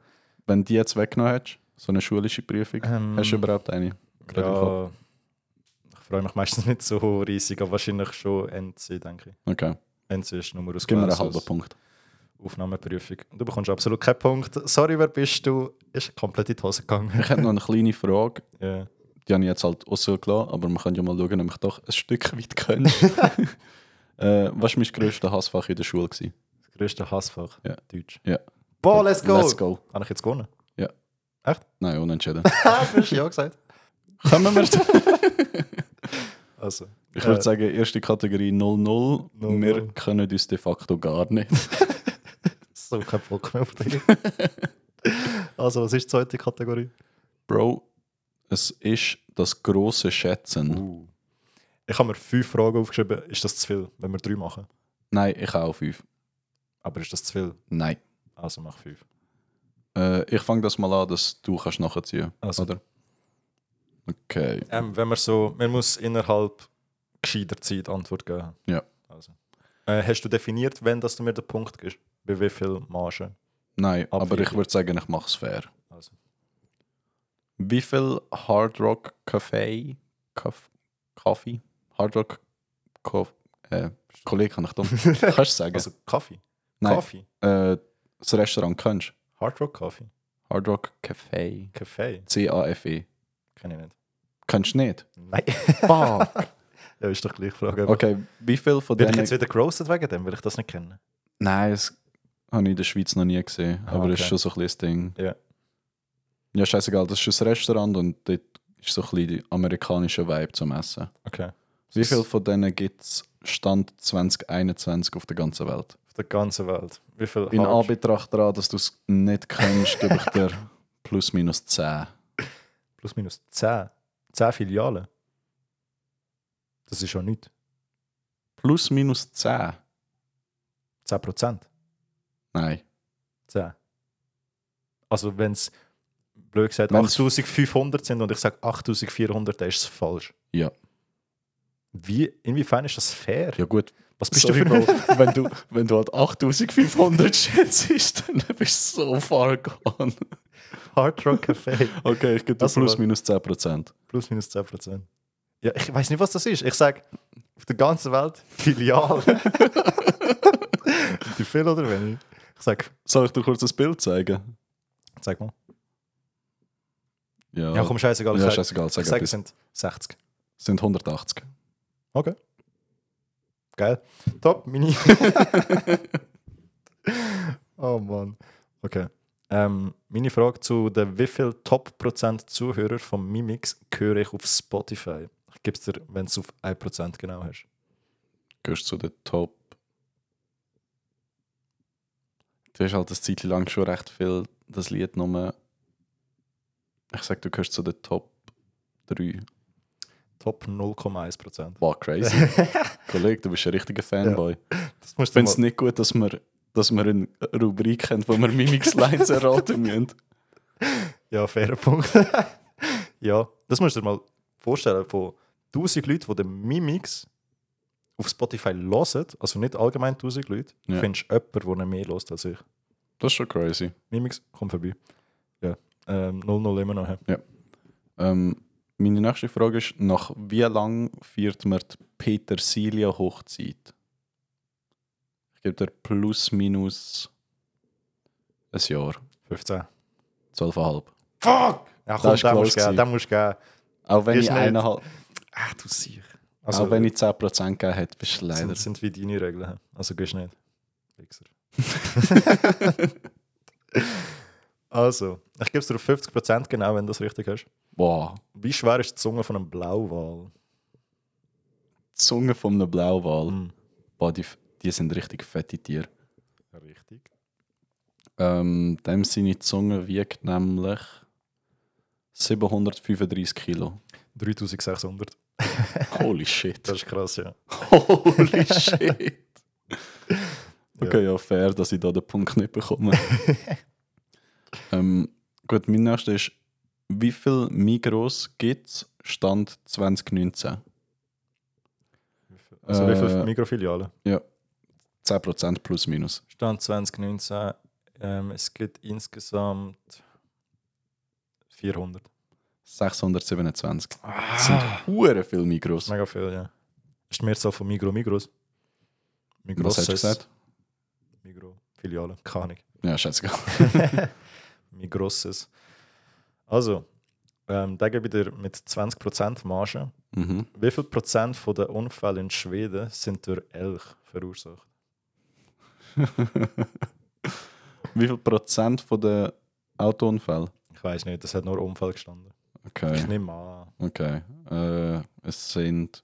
[SPEAKER 2] Wenn die jetzt weggenommen hättest, so eine schulische Prüfung,
[SPEAKER 1] Ähm,
[SPEAKER 2] hast du überhaupt eine? Gerade im Kopf.
[SPEAKER 1] Ja, ich freue mich meistens nicht so riesig, aber wahrscheinlich schon NC, denke ich.
[SPEAKER 2] Okay,
[SPEAKER 1] NC ist die Nummer aus
[SPEAKER 2] gib mir einen
[SPEAKER 1] Glasses,
[SPEAKER 2] halben Punkt.
[SPEAKER 1] Aufnahmeprüfung. Du bekommst absolut keinen Punkt. Sorry, wer bist du? Ist komplett in die Hose gegangen.
[SPEAKER 2] Ich hätte noch eine kleine Frage,
[SPEAKER 1] ja.
[SPEAKER 2] die habe ich jetzt halt rausgelassen, aber man kann ja mal schauen, ob ich doch ein Stück <laughs>
[SPEAKER 1] <laughs>
[SPEAKER 2] weit kann. äh, was war mein grösstes Hassfach in der Schule? Gewesen?
[SPEAKER 1] Das größte Hassfach.
[SPEAKER 2] Ja.
[SPEAKER 1] Deutsch.
[SPEAKER 2] Ja.
[SPEAKER 1] Boah, let's go!
[SPEAKER 2] Let's go.
[SPEAKER 1] Habe ich jetzt
[SPEAKER 2] <laughs>
[SPEAKER 1] gewonnen?
[SPEAKER 2] Nein, unentschieden.
[SPEAKER 1] Ah, du hast ja gesagt.
[SPEAKER 2] Kommen wir
[SPEAKER 1] Also,
[SPEAKER 2] Ich würde
[SPEAKER 1] Äh.
[SPEAKER 2] sagen, erste Kategorie 00.
[SPEAKER 1] 00.
[SPEAKER 2] Wir können uns de facto gar nicht.
[SPEAKER 1] so kein Bock mehr auf
[SPEAKER 2] <laughs>
[SPEAKER 1] dich. also, was ist die zweite Kategorie?
[SPEAKER 2] Bro, es ist das große
[SPEAKER 1] Mhm.
[SPEAKER 2] Schätzen.
[SPEAKER 1] Ich habe mir fünf Fragen aufgeschrieben. Ist das zu viel, wenn wir drei machen?
[SPEAKER 2] Nein, ich auch fünf.
[SPEAKER 1] Aber ist das zu viel?
[SPEAKER 2] Nein.
[SPEAKER 1] Also mach fünf.
[SPEAKER 2] Äh, ich fange das mal an, dass du kannst nachziehen
[SPEAKER 1] Also.
[SPEAKER 2] oder? Okay.
[SPEAKER 1] Ähm, wenn man so, man muss innerhalb gescheiter Zeit Antwort geben.
[SPEAKER 2] Ja.
[SPEAKER 1] Also. Äh, hast du definiert, wenn dass du mir den Punkt gibst? Bei wie viel Marge?
[SPEAKER 2] Nein, aber ich
[SPEAKER 1] Abweichung.
[SPEAKER 2] würde sagen, ich mache es fair.
[SPEAKER 1] Also.
[SPEAKER 2] Wie viel Hard Rock Café Kaff, Kaffee? Hard Rock Kaff, äh, Kollege kann
[SPEAKER 1] <laughs>
[SPEAKER 2] ich dumm. kannst du es sagen?
[SPEAKER 1] also Kaffee.
[SPEAKER 2] Nein,
[SPEAKER 1] Kaffee.
[SPEAKER 2] äh, das Restaurant kannst du.
[SPEAKER 1] Hard Rock Kaffee.
[SPEAKER 2] Hard Rock Café.
[SPEAKER 1] Kaffee.
[SPEAKER 2] C-A-F-E.
[SPEAKER 1] Kenne ich nicht.
[SPEAKER 2] Kannst du nicht?
[SPEAKER 1] Nein.
[SPEAKER 2] Fuck.
[SPEAKER 1] <laughs> ja, ist doch gleich die Frage.
[SPEAKER 2] okay, wie viel von
[SPEAKER 1] Bin ich jetzt
[SPEAKER 2] denen...
[SPEAKER 1] wieder grossed wegen dem, weil ich das nicht kenne?
[SPEAKER 2] Nein, das habe ich in der Schweiz noch nie gesehen.
[SPEAKER 1] Ah,
[SPEAKER 2] aber das ist
[SPEAKER 1] okay.
[SPEAKER 2] schon so ein kleines Ding.
[SPEAKER 1] Ja.
[SPEAKER 2] Ja, scheißegal, das ist ein Restaurant und dort ist so ein bisschen die amerikanische Vibe zum Essen.
[SPEAKER 1] Okay.
[SPEAKER 2] Wie viel von denen gibt es Stand 2021 auf der ganzen Welt?
[SPEAKER 1] Auf der ganzen Welt. Wie viel
[SPEAKER 2] In
[SPEAKER 1] Hard-
[SPEAKER 2] Anbetracht daran, dass du es nicht kennst, gebe ich dir <laughs> plus minus 10.
[SPEAKER 1] plus minus 10. 10 Filialen. Das ist ja nichts.
[SPEAKER 2] Plus minus 10?
[SPEAKER 1] 10%.
[SPEAKER 2] Nein.
[SPEAKER 1] 10. Also wenn es, blöd gesagt,
[SPEAKER 2] Wenn's-
[SPEAKER 1] 8500 sind und ich sage 8400, dann ist es falsch.
[SPEAKER 2] Ja.
[SPEAKER 1] Wie, inwiefern ist das fair?
[SPEAKER 2] Ja gut.
[SPEAKER 1] Was bist
[SPEAKER 2] Sorry,
[SPEAKER 1] du für
[SPEAKER 2] Bro.
[SPEAKER 1] ein...
[SPEAKER 2] <laughs> wenn, du, wenn du halt 8500 schätzt, <laughs> dann bist du so far gone.
[SPEAKER 1] <laughs> Hard Rock Café?
[SPEAKER 2] Okay, ich gebe dir
[SPEAKER 1] Also,
[SPEAKER 2] plus
[SPEAKER 1] aber-
[SPEAKER 2] minus 10%.
[SPEAKER 1] Plus minus 10%. Ja, ich weiß nicht, was das ist. Ich sage, auf der ganzen Welt
[SPEAKER 2] <laughs>
[SPEAKER 1] Filialen. Wie viel oder wenig? Ich sage,
[SPEAKER 2] Soll ich dir kurz ein Bild zeigen?
[SPEAKER 1] zeig mal. Ja, komm, scheißegal. Ich
[SPEAKER 2] Ja,
[SPEAKER 1] sag-
[SPEAKER 2] scheißegal, sag
[SPEAKER 1] ich sage,
[SPEAKER 2] etwas.
[SPEAKER 1] es sind 60.
[SPEAKER 2] sind 180.
[SPEAKER 1] Geil. Top, Mini. oh Mann. Okay. Ähm, meine Frage zu der wie viel Top-Prozent Zuhörer von Mimix höre ich auf Spotify? Ich gebe es dir, wenn es auf 1% genau hast.
[SPEAKER 2] Gehst zu den Top. Du hast halt eine Zeit lang schon recht viel das Lied nur. Ich sag, du gehörst zu den Top 3.
[SPEAKER 1] Top 0,1%.
[SPEAKER 2] War crazy. Kollege, du bist ein richtiger Fanboy.
[SPEAKER 1] Das musst
[SPEAKER 2] Ich
[SPEAKER 1] du
[SPEAKER 2] finde es
[SPEAKER 1] mal.
[SPEAKER 2] nicht gut, dass wir, dass wir eine Rubrik haben, wo wir Mimix-Lines erraten müssen.
[SPEAKER 1] Ja, fairer Punkt. <laughs> ja, das musst du dir mal vorstellen. Von 1000 Leuten, die den Mimix auf Spotify hören, also nicht allgemein 1000 Leute,
[SPEAKER 2] Ja.
[SPEAKER 1] findest du jemanden, der ihn mehr hört als ich.
[SPEAKER 2] Das ist schon crazy.
[SPEAKER 1] Mimix, komm vorbei. Ja. Ähm, 0-0 immer noch. hä?
[SPEAKER 2] Ähm, meine nächste Frage ist: Nach wie lang feiert man die Petersilie-Hochzeit? Ich gebe dir plus minus ein Jahr.
[SPEAKER 1] 15.
[SPEAKER 2] 12,5.
[SPEAKER 1] Fuck! Ja, komm,
[SPEAKER 2] ist
[SPEAKER 1] den
[SPEAKER 2] close
[SPEAKER 1] musst du geben,
[SPEAKER 2] gewesen.
[SPEAKER 1] den musst du geben.
[SPEAKER 2] Auch wenn
[SPEAKER 1] Ist
[SPEAKER 2] ich
[SPEAKER 1] nicht. Also,
[SPEAKER 2] eineinhalb,
[SPEAKER 1] Ach, du Sieg.
[SPEAKER 2] auch wenn ich 10% gegeben hätte, bist du leider.
[SPEAKER 1] sind, sind wie deine Regeln. hä? Also gehst nicht. Wichser. <laughs> also, ich gebe es dir auf 50% genau, wenn du das richtig hast.
[SPEAKER 2] Wow,
[SPEAKER 1] Wie schwer ist die Zunge von einem Blauwal?
[SPEAKER 2] die Zunge von einem Blauwal.
[SPEAKER 1] Mhm.
[SPEAKER 2] Boah, die, die sind richtig fette Tiere.
[SPEAKER 1] Richtig.
[SPEAKER 2] Ähm, dem seine Zunge wiegt nämlich
[SPEAKER 1] <laughs>
[SPEAKER 2] 735 Kilo.
[SPEAKER 1] 3600.
[SPEAKER 2] Holy shit.
[SPEAKER 1] Das ist krass, ja.
[SPEAKER 2] <laughs> Holy shit. Okay, ja, fair, dass ich da den Punkt nicht bekomme. <laughs> ähm, gut, mein nächster ist, wie viel Migros gibt es Stand 2019?
[SPEAKER 1] Also wie viele
[SPEAKER 2] Äh,
[SPEAKER 1] Mikrofilialen?
[SPEAKER 2] 10% plus minus.
[SPEAKER 1] Stand 2019, ähm, es gibt insgesamt 400.
[SPEAKER 2] 627.
[SPEAKER 1] Ah.
[SPEAKER 2] Das sind hure viel Migros.
[SPEAKER 1] Mega viel, ja. Ist die Mehrzahl von Migro Migros?
[SPEAKER 2] Was hast du
[SPEAKER 1] Migroses,
[SPEAKER 2] gesagt?
[SPEAKER 1] Migro Filialen, keine Ahnung.
[SPEAKER 2] Ja, scheißegal. <laughs>
[SPEAKER 1] Migroses. Also, ähm, da gebe ich dir mit 20% Marge.
[SPEAKER 2] Mhm.
[SPEAKER 1] Wie viel Prozent von der Unfälle in Schweden sind durch Elch verursacht?
[SPEAKER 2] Wie viel Prozent von den Autounfällen?
[SPEAKER 1] Ich weiß nicht, das hat nur Unfall gestanden. Ich
[SPEAKER 2] Okay,
[SPEAKER 1] nehme an.
[SPEAKER 2] okay. Äh, es sind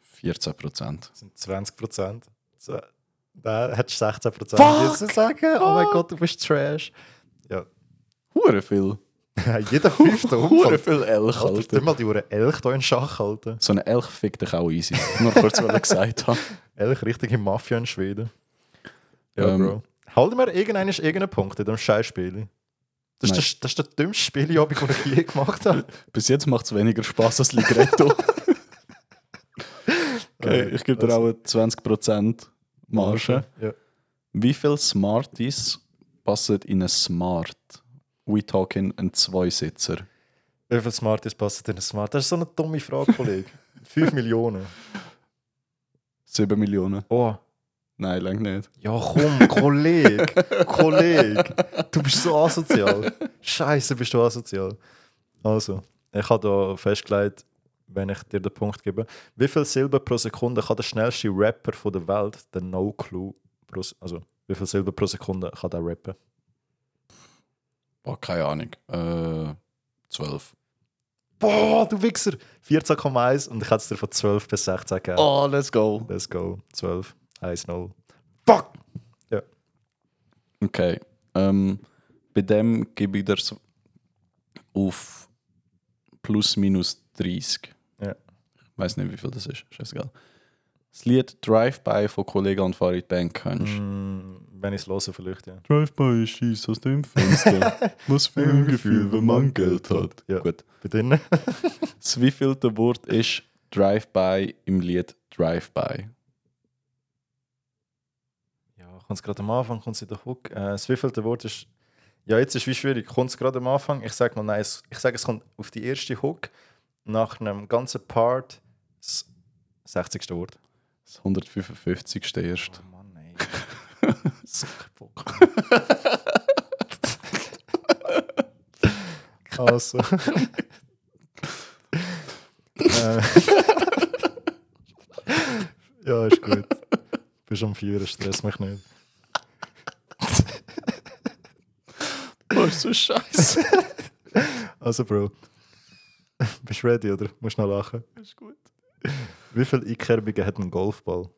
[SPEAKER 2] 14 Prozent.
[SPEAKER 1] Das sind 20 Prozent. Da hättest du 16
[SPEAKER 2] Fuck!
[SPEAKER 1] Prozent zu sagen. Oh mein Gott, du bist trash.
[SPEAKER 2] Hure viel.
[SPEAKER 1] Jeder <laughs> fünfte
[SPEAKER 2] Hure
[SPEAKER 1] Unfall.
[SPEAKER 2] viel Elch,
[SPEAKER 1] Alter,
[SPEAKER 2] Alter.
[SPEAKER 1] tu mal die Uhren Elch hier in Schach halten.
[SPEAKER 2] So ein Elch fickt dich auch easy. <laughs> Nur kurz, was ich gesagt habe.
[SPEAKER 1] Elch, richtige Mafia in Schweden. Ja,
[SPEAKER 2] Ähm.
[SPEAKER 1] Bro. Halt mir irgendeinen irgendeinen Punkt in diesem scheiß Spiel. Das
[SPEAKER 2] Nein.
[SPEAKER 1] ist, der, das ist der dümmste Spielabend, den ich
[SPEAKER 2] <laughs>
[SPEAKER 1] je gemacht habe.
[SPEAKER 2] Bis jetzt macht es weniger Spaß als <laughs> Ligretto. okay, ich gebe dir auch eine 20% Marge.
[SPEAKER 1] Ja.
[SPEAKER 2] Wie viele Smarties passen in ein Smart? We talking ein Zweisitzer.
[SPEAKER 1] Wie viel Smarties passen in ein Smart? Das ist so eine dumme Frage,
[SPEAKER 2] <laughs>
[SPEAKER 1] Kollege. 5 Millionen.
[SPEAKER 2] 7 Millionen.
[SPEAKER 1] Oh.
[SPEAKER 2] Nein, lang nicht.
[SPEAKER 1] Ja, komm, <laughs> Kollege, Kollege, du bist so asozial. Scheiße, bist du asozial. Also, ich habe da festgelegt, wenn ich dir den Punkt gebe, wie viel Silber pro Sekunde kann der schnellste Rapper von der Welt, der No Clue, pro, Se- also wie viel Silber pro Sekunde kann der rappen?
[SPEAKER 2] Boah, keine Ahnung. Äh, 12.
[SPEAKER 1] Boah, du Wichser! 14,1 und ich hätte es dir von 12 bis 16 gegeben.
[SPEAKER 2] Oh, let's go.
[SPEAKER 1] Let's go, 12, 1-0. Fuck!
[SPEAKER 2] Okay. Ähm, bei dem gebe ich das auf plus minus 30.
[SPEAKER 1] Ja.
[SPEAKER 2] Ich weiß nicht, wie viel das ist. Scheißegal. das Lied Drive-By von Kollegen und Farid Bank kennst.
[SPEAKER 1] Mm, wenn ich es höre, vielleicht, ja.
[SPEAKER 2] Drive-By schießt aus dem <laughs> Fenster. Was für ein Gefühl, wenn man Geld hat.
[SPEAKER 1] Ja.
[SPEAKER 2] Gut.
[SPEAKER 1] Bei drinnen.
[SPEAKER 2] Das wievielte Wort ist Drive-By im Lied Drive-By?
[SPEAKER 1] Ja, kommt es gerade am Anfang, kommt es in den Hook. Äh, das wievielte Wort ist. Ja, jetzt ist es wie schwierig. Kommt es gerade am Anfang? Ich sage mal nein. es- Ich sage, es kommt auf die erste Hook. Nach einem ganzen Part. Das 60. Wort.
[SPEAKER 2] Das 155. erst.
[SPEAKER 1] Oh Mann, <laughs> ey. <laughs> also. Äh. <laughs> ja, ist gut. Bist am Feuer, stress mich nicht.
[SPEAKER 2] Was Oh, so <laughs> scheiße.
[SPEAKER 1] Also, Bro. <laughs> Bist du ready, oder? Musst noch lachen.
[SPEAKER 2] ist gut.
[SPEAKER 1] Wie viele Einkerbungen hat ein Golfball?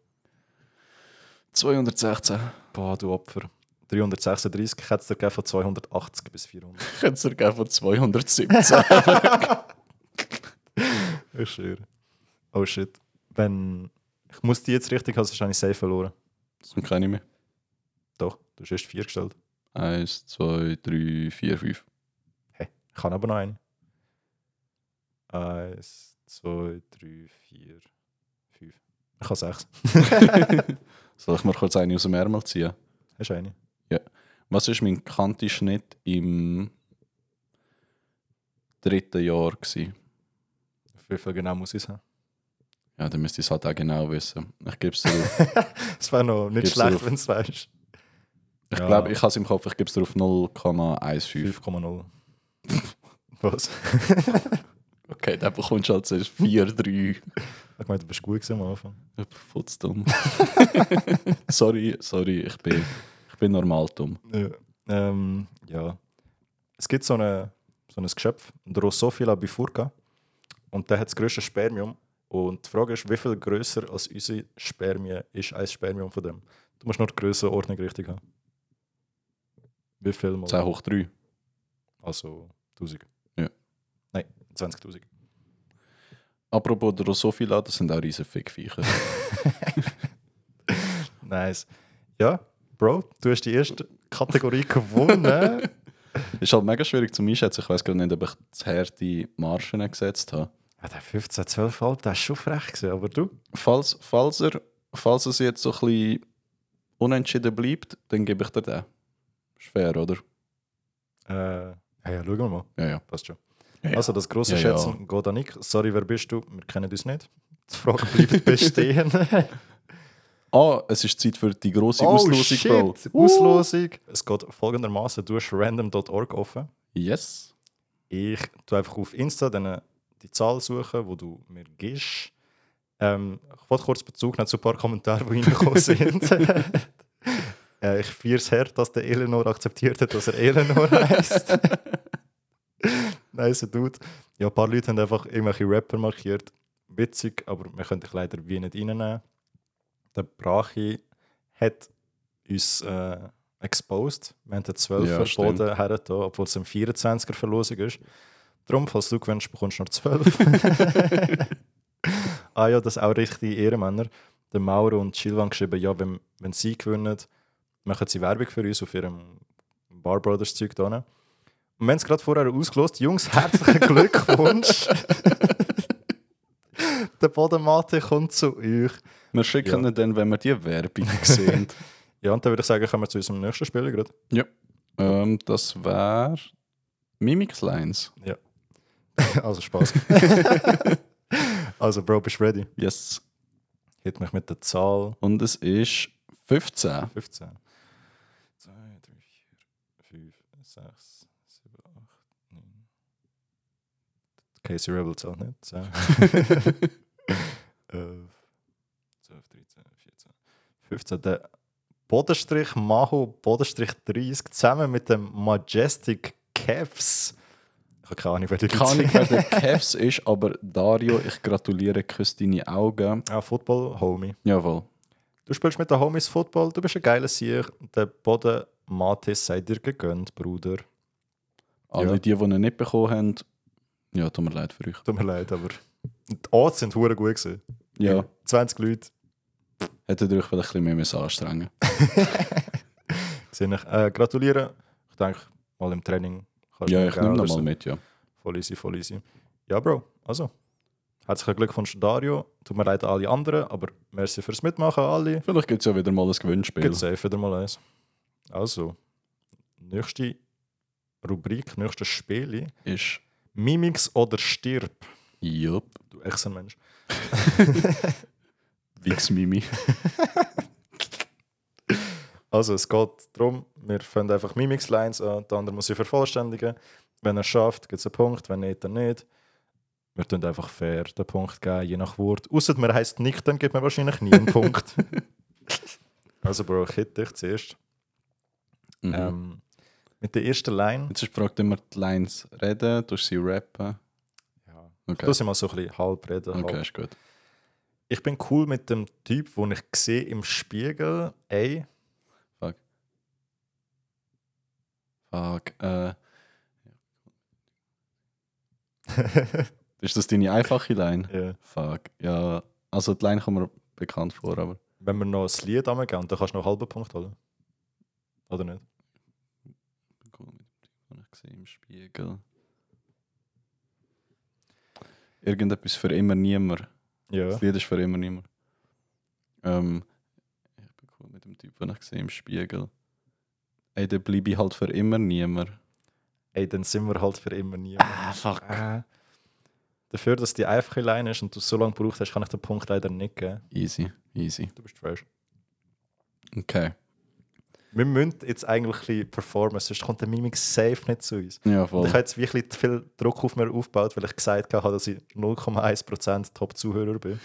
[SPEAKER 2] 216.
[SPEAKER 1] Boah, du Opfer. 336 hätte es dir gegeben von 280 bis 400. <laughs>
[SPEAKER 2] Ich hätte es dir gerne von 217.
[SPEAKER 1] Ich schwöre. Oh shit. Wenn. Ich muss die jetzt richtig haben, sonst habe ich safe verloren.
[SPEAKER 2] Zum kenne ich mehr.
[SPEAKER 1] Doch, du hast erst vier gestellt.
[SPEAKER 2] Eins, zwei, drei, vier, fünf.
[SPEAKER 1] Ich kann aber noch einen. Eins, zwei, drei, vier, fünf. Ich habe sechs.
[SPEAKER 2] Soll ich mir kurz eine aus dem Ärmel ziehen?
[SPEAKER 1] Hast du eine?
[SPEAKER 2] Was war mein Kantischnitt im dritten Jahr? Gewesen?
[SPEAKER 1] Auf Wie viel genau muss ich es haben?
[SPEAKER 2] Ja, dann müsst ihr es halt auch genau wissen. Ich gebe es dir. <laughs>
[SPEAKER 1] Es wäre noch nicht
[SPEAKER 2] Gib's
[SPEAKER 1] schlecht,
[SPEAKER 2] drauf.
[SPEAKER 1] wenn du es weißt.
[SPEAKER 2] Ich
[SPEAKER 1] Ja.
[SPEAKER 2] glaube, ich habe es im Kopf, ich gebe es dir auf 0,15.
[SPEAKER 1] 5,0. Was?
[SPEAKER 2] Okay, dann bekommst du halt zuerst 4, 3.
[SPEAKER 1] Ich meine, du bist gut gewesen am Anfang.
[SPEAKER 2] Futz dumm. <laughs> sorry, sorry, ich bin, ich bin normal dumm.
[SPEAKER 1] Ja. Ähm, ja. Es gibt so, eine, so ein Geschöpf, ein Drosophila bifurca. Und der hat das grösste Spermium. Und die Frage ist, wie viel grösser als unsere Spermien ist ein Spermium von dem? Du musst nur die Grössenordnung richtig haben. Wie viel mal?
[SPEAKER 2] 10 hoch 3.
[SPEAKER 1] Also 1000.
[SPEAKER 2] Ja.
[SPEAKER 1] Nein, 20.000.
[SPEAKER 2] Apropos Drosophila, das sind auch riesen Fickviecher.
[SPEAKER 1] <laughs> Nice. Ja, Bro, du hast die erste Kategorie
[SPEAKER 2] <laughs>
[SPEAKER 1] gewonnen.
[SPEAKER 2] ist halt mega schwierig zu einschätzen. Ich weiß gerade nicht, ob ich zu harte Marschen gesetzt habe.
[SPEAKER 1] ja, der 15, 12, halb, der war schon frech, gewesen, aber du?
[SPEAKER 2] Falls, falls, er, falls es jetzt so ein bisschen unentschieden bleibt, dann gebe ich dir den. Ist fair, oder?
[SPEAKER 1] Äh, ja, ja, schauen wir mal.
[SPEAKER 2] Ja, ja.
[SPEAKER 1] Passt schon.
[SPEAKER 2] Ja,
[SPEAKER 1] Also das große
[SPEAKER 2] Ja, ja.
[SPEAKER 1] Schätzen geht an Nick. Sorry, wer bist du? Wir kennen uns nicht. Die Frage
[SPEAKER 2] <laughs>
[SPEAKER 1] bleibt bestehen.
[SPEAKER 2] Ah, es ist Zeit für die grosse Auslosung, Bro.
[SPEAKER 1] Oh, Auslosung. Es geht folgendermaßen: Du hast random.org offen.
[SPEAKER 2] Yes.
[SPEAKER 1] Ich tu einfach auf Insta dann äh, die Zahl suchen, wo du mir gibst. Ähm, ich wollte kurz Bezug nehmen zu ein paar Kommentaren, die reingekommen sind. äh, ich feiere es hart, dass der Eleanor akzeptiert hat, dass er Eleanor heißt. nice Dude. Ja, ein paar Leute haben einfach irgendwelche Rapper markiert. Witzig, aber wir können dich leider wie nicht reinnehmen. Der Brachi hat uns äh, exposed. Wir haben den 12er
[SPEAKER 2] Ja, stimmt.
[SPEAKER 1] Boden hergetan, obwohl es ein 24er Verlosung ist. Darum, falls du gewinnst, bekommst du noch
[SPEAKER 2] <laughs>
[SPEAKER 1] 12. ah ja, das sind auch richtige Ehrenmänner. Der Mauro und Chilwan geschrieben, ja, wenn, wenn sie gewinnen, machen sie Werbung für uns auf ihrem Bar Brothers Zeug da. Und wir haben es gerade vorher ausgelost. Jungs, herzlichen Glückwunsch! Der Bodenmate kommt zu euch.
[SPEAKER 2] Wir schicken
[SPEAKER 1] Ja.
[SPEAKER 2] ihn dann, wenn wir die Werbung <laughs> sehen.
[SPEAKER 1] Ja, und dann würde ich sagen, kommen wir zu unserem nächsten Spiel gerade. <laughs>
[SPEAKER 2] ähm, das wäre Mimics Lines.
[SPEAKER 1] Also Spaß. also, Bro, bist du ready?
[SPEAKER 2] Yes.
[SPEAKER 1] Hit mich mit der Zahl
[SPEAKER 2] Und es ist 15.
[SPEAKER 1] 15. 2, 3, 4, 5, 6, 7, 8, 9. Casey Rebel zahlt nicht. <laughs> 10, 11, 12, 13, 14, 15. Der Bodenstrich Maho Bodenstrich 30 zusammen mit dem Majestic Cavs. Ich habe keine Ahnung, wer die Leute <laughs>
[SPEAKER 2] Kann ich,
[SPEAKER 1] sind.
[SPEAKER 2] wer der Cavs ist, aber Dario, ich gratuliere, küsse deine Augen.
[SPEAKER 1] Ah, Football, Homie.
[SPEAKER 2] Jawohl.
[SPEAKER 1] Du spielst mit den Homies Football, du bist ein geiler Sieg. Der Boden Mathis sei dir gegönnt, Bruder.
[SPEAKER 2] Alle
[SPEAKER 1] Ja.
[SPEAKER 2] die, die ihn nicht bekommen haben, ja, tut mir leid für euch.
[SPEAKER 1] Tut mir leid, aber die Odds sind hure gut gewesen.
[SPEAKER 2] Ja,
[SPEAKER 1] 20 Leute,
[SPEAKER 2] Hättet ihr euch vielleicht ein bisschen mehr müssen anstrengen
[SPEAKER 1] Sehe ich. Äh, gratulieren. Ich denke, mal im Training kannst
[SPEAKER 2] Ja,
[SPEAKER 1] mir
[SPEAKER 2] ich
[SPEAKER 1] geben
[SPEAKER 2] nehme
[SPEAKER 1] oder
[SPEAKER 2] nochmal
[SPEAKER 1] so.
[SPEAKER 2] mit, ja.
[SPEAKER 1] Voll easy, voll easy. Ja, Bro, also. Herzlichen Glückwunsch, Dario. Tut mir leid an alle anderen, aber merci fürs Mitmachen, alle.
[SPEAKER 2] Vielleicht gibt es ja wieder mal ein Gewinnspiel.
[SPEAKER 1] Geht safe wieder mal eins. Also, nächste Rubrik, nächstes Spiel.
[SPEAKER 2] Ist.
[SPEAKER 1] Mimix oder stirb.
[SPEAKER 2] Jupp.
[SPEAKER 1] Du Echsenmensch.
[SPEAKER 2] Wix Mimi.
[SPEAKER 1] Also, es geht darum, wir fangen einfach Mimix-Lines an, der andere muss sie vervollständigen. Wenn er es schafft, gibt es einen Punkt, wenn nicht, dann nicht. Wir tun einfach fair den Punkt geben, je nach Wort. Außer man heißt nicht, dann gibt man wahrscheinlich nie
[SPEAKER 2] <laughs>
[SPEAKER 1] einen Punkt. Also, Bro, ich hätte dich zuerst.
[SPEAKER 2] Mhm.
[SPEAKER 1] Ähm, mit der ersten Line.
[SPEAKER 2] Jetzt ist die Frage, immer die Lines reden, tust sie rappen.
[SPEAKER 1] Ja.
[SPEAKER 2] Okay,
[SPEAKER 1] Das sind mal so ein bisschen halb reden. Halb.
[SPEAKER 2] okay ist gut.
[SPEAKER 1] Ich bin cool mit dem Typ, den ich sehe im Spiegel.
[SPEAKER 2] <laughs>
[SPEAKER 1] Ey,
[SPEAKER 2] Fuck. Fuck. Äh, ist das deine einfache Line?
[SPEAKER 1] ja.
[SPEAKER 2] Fuck. Ja, also die Line kommt mir bekannt vor, aber
[SPEAKER 1] wenn wir noch ein Lied angehen, dann kannst du noch einen halben Punkt holen. Oder nicht?
[SPEAKER 2] cool mit dem Typ, den ich sehe im Spiegel. Irgendetwas für immer niemand.
[SPEAKER 1] Ja.
[SPEAKER 2] Das Lied ist für immer niemand. Ähm, ich bin cool mit dem Typ, den ich sehe im Spiegel. Ey, dann bleibe ich halt für immer niemand.
[SPEAKER 1] Ey, dann sind wir halt für immer nie. mehr.
[SPEAKER 2] Ah, fuck.
[SPEAKER 1] Äh. Dafür, dass die einfache Line ist und du so lange gebraucht hast, kann ich den Punkt leider nicht geben.
[SPEAKER 2] Easy, easy.
[SPEAKER 1] Du bist fresh.
[SPEAKER 2] Okay.
[SPEAKER 1] Wir müssen jetzt eigentlich ein bisschen performen, sonst kommt der Mimik safe nicht zu uns.
[SPEAKER 2] Ja,
[SPEAKER 1] Und
[SPEAKER 2] voll.
[SPEAKER 1] ich habe jetzt wirklich zu viel Druck auf mir aufgebaut, weil ich gesagt habe, dass ich 0,1% Top-Zuhörer bin.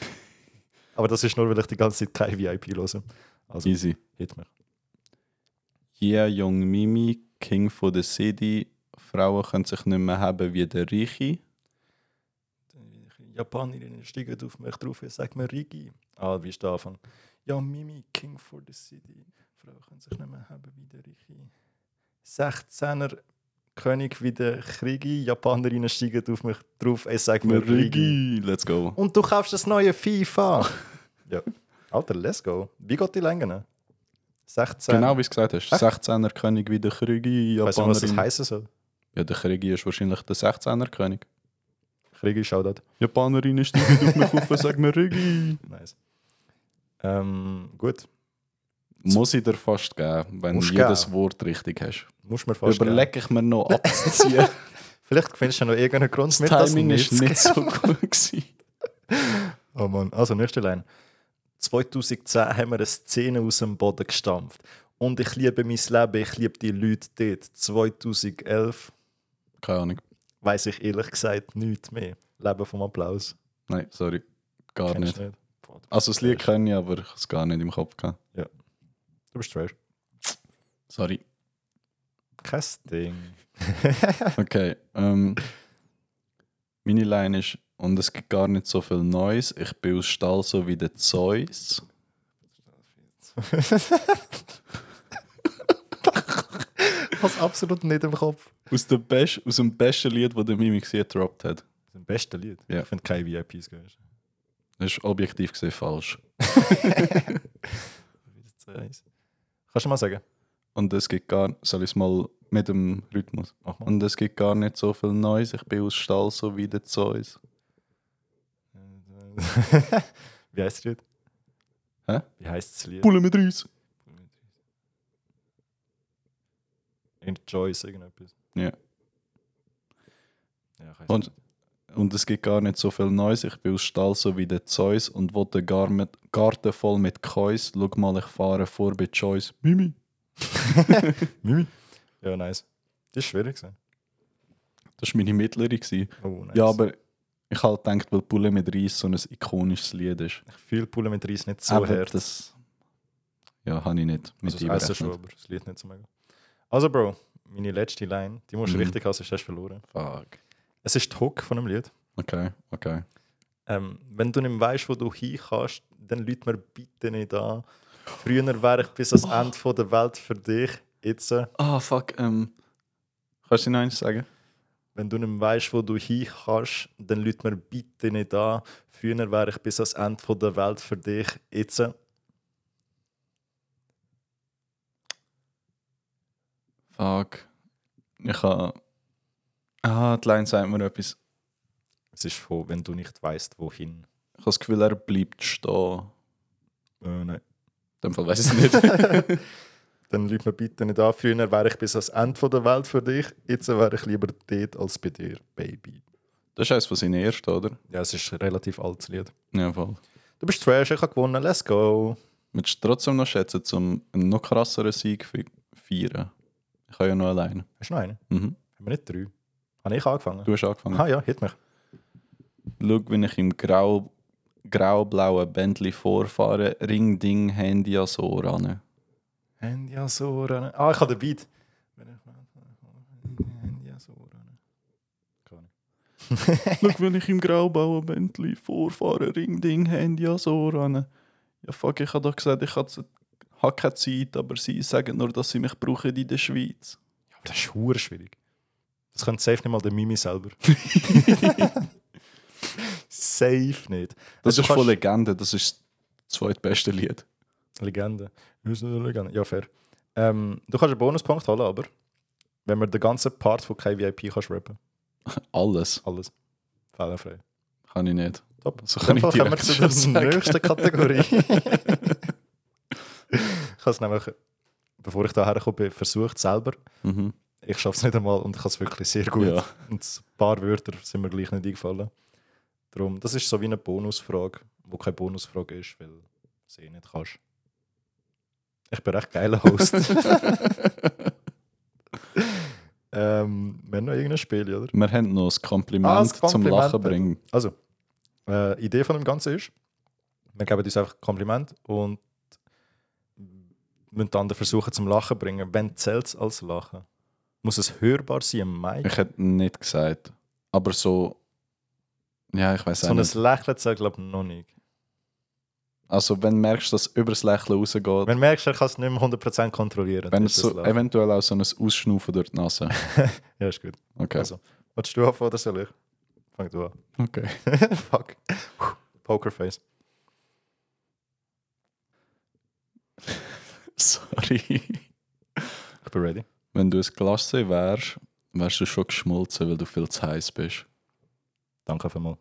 [SPEAKER 1] Aber das ist nur, weil ich die ganze Zeit kein VIP höre. Also,
[SPEAKER 2] Easy.
[SPEAKER 1] hit mich.
[SPEAKER 2] Yeah, Young Mimi, King von der City. Frauen können sich nicht mehr haben wie der Reiche.
[SPEAKER 1] Japanerinnen steigen auf mich drauf und sagen mir Rigi. Ah, wie ist der Anfang? Ja, Mimi, King for the City. Frauen können sich nicht mehr haben wie der Rigi. 16er König wie der Krigi. Japanerinnen steigen auf mich drauf und sagen mir Rigi.
[SPEAKER 2] let's go.
[SPEAKER 1] Und du kaufst das neue FIFA. <laughs> ja. Alter, let's go. Wie geht die Länge? 16.
[SPEAKER 2] Genau wie du gesagt hast. 16er König wie der Krigi.
[SPEAKER 1] Ich weiß nicht, was das
[SPEAKER 2] Japanerin.
[SPEAKER 1] heißen soll.
[SPEAKER 2] Ja, der Krigi ist wahrscheinlich der 16er König.
[SPEAKER 1] Krigi, Shoutout.
[SPEAKER 2] Japanerinnen steigen auf mich auf und sagen mir Rigi.
[SPEAKER 1] Nice. Ähm, gut.
[SPEAKER 2] Muss ich dir fast geben, wenn du
[SPEAKER 1] Musst
[SPEAKER 2] jedes
[SPEAKER 1] geben.
[SPEAKER 2] Wort richtig hast.
[SPEAKER 1] Muss mir fast geben.
[SPEAKER 2] Überlege ich mir noch <laughs> abzuziehen.
[SPEAKER 1] Vielleicht findest du noch irgendeinen Grund,
[SPEAKER 2] das
[SPEAKER 1] dass
[SPEAKER 2] Timing ist
[SPEAKER 1] nichts
[SPEAKER 2] nicht so gut. gewesen.
[SPEAKER 1] Oh Mann, also nächste Line. 2010 haben wir eine Szene aus dem Boden gestampft. Und ich liebe mein Leben, ich liebe die Leute dort. 2011
[SPEAKER 2] Keine Ahnung.
[SPEAKER 1] weiß ich ehrlich gesagt nichts mehr. Leben vom Applaus.
[SPEAKER 2] Nein, sorry. Gar
[SPEAKER 1] Kennst
[SPEAKER 2] nicht.
[SPEAKER 1] du Boah, du bist
[SPEAKER 2] Also das Lied
[SPEAKER 1] trash.
[SPEAKER 2] kenne ich, aber ich habe es gar nicht im Kopf gehabt.
[SPEAKER 1] Du bist trash.
[SPEAKER 2] <laughs> Sorry.
[SPEAKER 1] Kein Ding.
[SPEAKER 2] Okay. ähm, meine Line ist, und es gibt gar nicht so viel Neues, ich bin aus Stall so wie der Zeus.
[SPEAKER 1] Hast absolut nicht im Kopf.
[SPEAKER 2] Aus, der Best, aus dem besten Lied, das der Mimik hier gedroppt hat.
[SPEAKER 1] Das ist das beste Lied.
[SPEAKER 2] Ja.
[SPEAKER 1] Ich finde keine VIPs. gehörst.
[SPEAKER 2] Das ist objektiv gesehen falsch.
[SPEAKER 1] äh, Kannst du mal sagen?
[SPEAKER 2] Und es gibt gar soll ich es mal mit dem Rhythmus.
[SPEAKER 1] Mach mal.
[SPEAKER 2] Und es gibt gar nicht so viel Neues, ich bin aus Stall so wie der Zeus.
[SPEAKER 1] <laughs> Wie heißt das Lied?
[SPEAKER 2] Hä?
[SPEAKER 1] Wie heißt das Lied?
[SPEAKER 2] Bulle mit Reis.
[SPEAKER 1] Irgend Joyce, irgendetwas.
[SPEAKER 2] Ja.
[SPEAKER 1] Ja, ich weiss
[SPEAKER 2] Und-
[SPEAKER 1] nicht.
[SPEAKER 2] Und es gibt gar nicht so viel Neues. Ich bin aus Stall so wie der Zeus und will den Gar- mit- Garten voll mit Käus. Schau mal, ich fahre vor bei Joyce. Mimi.
[SPEAKER 1] Mimi. Ja, nice. Das ist schwierig. gewesen.
[SPEAKER 2] Das war meine mittlere. Gewesen.
[SPEAKER 1] Oh, nice.
[SPEAKER 2] Ja, aber ich halt gedacht, weil Pulle mit Reis so ein ikonisches Lied ist.
[SPEAKER 1] Ich fühle Pullen mit Reis nicht so
[SPEAKER 2] Aber
[SPEAKER 1] hart.
[SPEAKER 2] das ja, habe ich nicht mit
[SPEAKER 1] Also das Essen schon,
[SPEAKER 2] einberechnet.
[SPEAKER 1] aber das Lied nicht so mega. Also Bro, meine letzte Line, die musst du
[SPEAKER 2] Mhm.
[SPEAKER 1] richtig haben, sonst hast du verloren.
[SPEAKER 2] Fuck.
[SPEAKER 1] Es ist die Hook von dem Lied.
[SPEAKER 2] Okay, okay.
[SPEAKER 1] Ähm, wenn du nicht weißt, wo du hin kannst, dann lüt mir bitte nicht an. Früher wäre ich bis ans Ende von der Welt für dich. Jetzt, äh,
[SPEAKER 2] Ah, fuck. Ähm, kannst du noch eins sagen?
[SPEAKER 1] wenn du nicht weißt, wo du hin kannst, dann lüt mir bitte nicht an. Früher wäre ich bis ans Ende von der Welt für dich. Jetzt, äh,
[SPEAKER 2] Fuck. Ich habe. Ah, die Line sagt mir etwas.
[SPEAKER 1] Es ist von, wenn du nicht weißt, wohin.
[SPEAKER 2] Ich habe das Gefühl, er bleibt stehen.
[SPEAKER 1] Äh, nein.
[SPEAKER 2] In dem Fall weiß ich es nicht.
[SPEAKER 1] Dann lüg mir bitte nicht an. Früher wäre ich bis ans Ende der Welt für dich. Jetzt wäre ich lieber dort als bei dir, Baby.
[SPEAKER 2] das ist eines von seinen ersten, oder?
[SPEAKER 1] Ja, es ist ein relativ altes Lied.
[SPEAKER 2] Ja, voll.
[SPEAKER 1] Du bist trash, ich habe gewonnen, let's go.
[SPEAKER 2] Würdest du trotzdem noch schätzen, um einen noch krasseren Sieg fe- feiern? Ich kann ja noch alleine.
[SPEAKER 1] Hast du noch einen?
[SPEAKER 2] Mhm.
[SPEAKER 1] Haben wir nicht drei? Habe ich angefangen?
[SPEAKER 2] Du hast angefangen.
[SPEAKER 1] Ah ja, hit mich.
[SPEAKER 2] Schau, wenn ich im grau, grau-blauen Bentley vorfahre, Ring, Ding, Handy an so ran.
[SPEAKER 1] Handy an so rennen. Ah, ich habe den Beat. Handy an so rennen. Keine Ahnung.
[SPEAKER 2] Schau, wenn ich im grau-blauen Bentley vorfahre, Ring, Ding, Handy an so ran. Ja, fuck, ich habe doch gesagt, ich habe hab keine Zeit, aber sie sagen nur, dass sie mich brauchen in der Schweiz.
[SPEAKER 1] Ja, aber das ist hure schwierig. Das könnte safe nicht mal der Mimi <laughs> selber. safe nicht.
[SPEAKER 2] Das
[SPEAKER 1] Also
[SPEAKER 2] ist
[SPEAKER 1] du
[SPEAKER 2] von
[SPEAKER 1] kannst-
[SPEAKER 2] Legende, das ist das zweitbeste Lied.
[SPEAKER 1] Legende. Wir sind eine Legende. Ja, fair. Ähm, du kannst einen Bonuspunkt holen, aber wenn man den ganzen Part von KVIP kannst rappen.
[SPEAKER 2] Alles
[SPEAKER 1] Alles. Fehlerfrei.
[SPEAKER 2] kann ich nicht.
[SPEAKER 1] Top.
[SPEAKER 2] So kann ich
[SPEAKER 1] Dann kommen wir
[SPEAKER 2] direkt
[SPEAKER 1] zu
[SPEAKER 2] <laughs> schon
[SPEAKER 1] der
[SPEAKER 2] sagen.
[SPEAKER 1] nächsten Kategorie. ich habe es nämlich, bevor ich hierher gekommen bin, versucht selber.
[SPEAKER 2] Mhm.
[SPEAKER 1] Ich schaffe es nicht einmal und ich habe es wirklich sehr gut.
[SPEAKER 2] Ja.
[SPEAKER 1] Und ein paar Wörter sind mir gleich nicht eingefallen. Darum, das ist so wie eine Bonusfrage, wo keine Bonusfrage ist, weil du sie eh nicht kannst. Ich bin recht geiler
[SPEAKER 2] <laughs>
[SPEAKER 1] Host. ähm, wir haben noch irgendein Spiel, oder?
[SPEAKER 2] Wir haben noch ein Kompliment,
[SPEAKER 1] Ah, das
[SPEAKER 2] zum
[SPEAKER 1] Kompliment.
[SPEAKER 2] Lachen bringen.
[SPEAKER 1] Also, äh, Idee von dem Ganzen ist, wir geben uns einfach ein Kompliment und müssen die anderen versuchen zum Lachen bringen. Wenn zählt es als Lachen? Muss es hörbar sein im Mai?
[SPEAKER 2] Ich hätte nicht gesagt, aber so. Ja, ich weiß
[SPEAKER 1] So
[SPEAKER 2] auch
[SPEAKER 1] ein
[SPEAKER 2] nicht.
[SPEAKER 1] Lächeln zählt, glaube ich, noch nicht.
[SPEAKER 2] Also, wenn du merkst, dass übers Lächeln rausgeht, wenn,
[SPEAKER 1] Wenn du merkst, er kann es nicht mehr 100% kontrollieren. dann
[SPEAKER 2] es
[SPEAKER 1] ist das
[SPEAKER 2] so,
[SPEAKER 1] Lachen.
[SPEAKER 2] eventuell auch so ein Ausschnaufen durch die Nase.
[SPEAKER 1] ja, ist gut.
[SPEAKER 2] Okay.
[SPEAKER 1] Also, willst du anfangen oder soll ich? Fang du an. <laughs>
[SPEAKER 2] okay. <laughs>
[SPEAKER 1] Fuck. Puh, Pokerface.
[SPEAKER 2] Sorry.
[SPEAKER 1] Ich bin ready.
[SPEAKER 2] Wenn du ein Glas wärst, wärst du schon geschmolzen, weil du viel zu heiß bist.
[SPEAKER 1] Danke vielmals.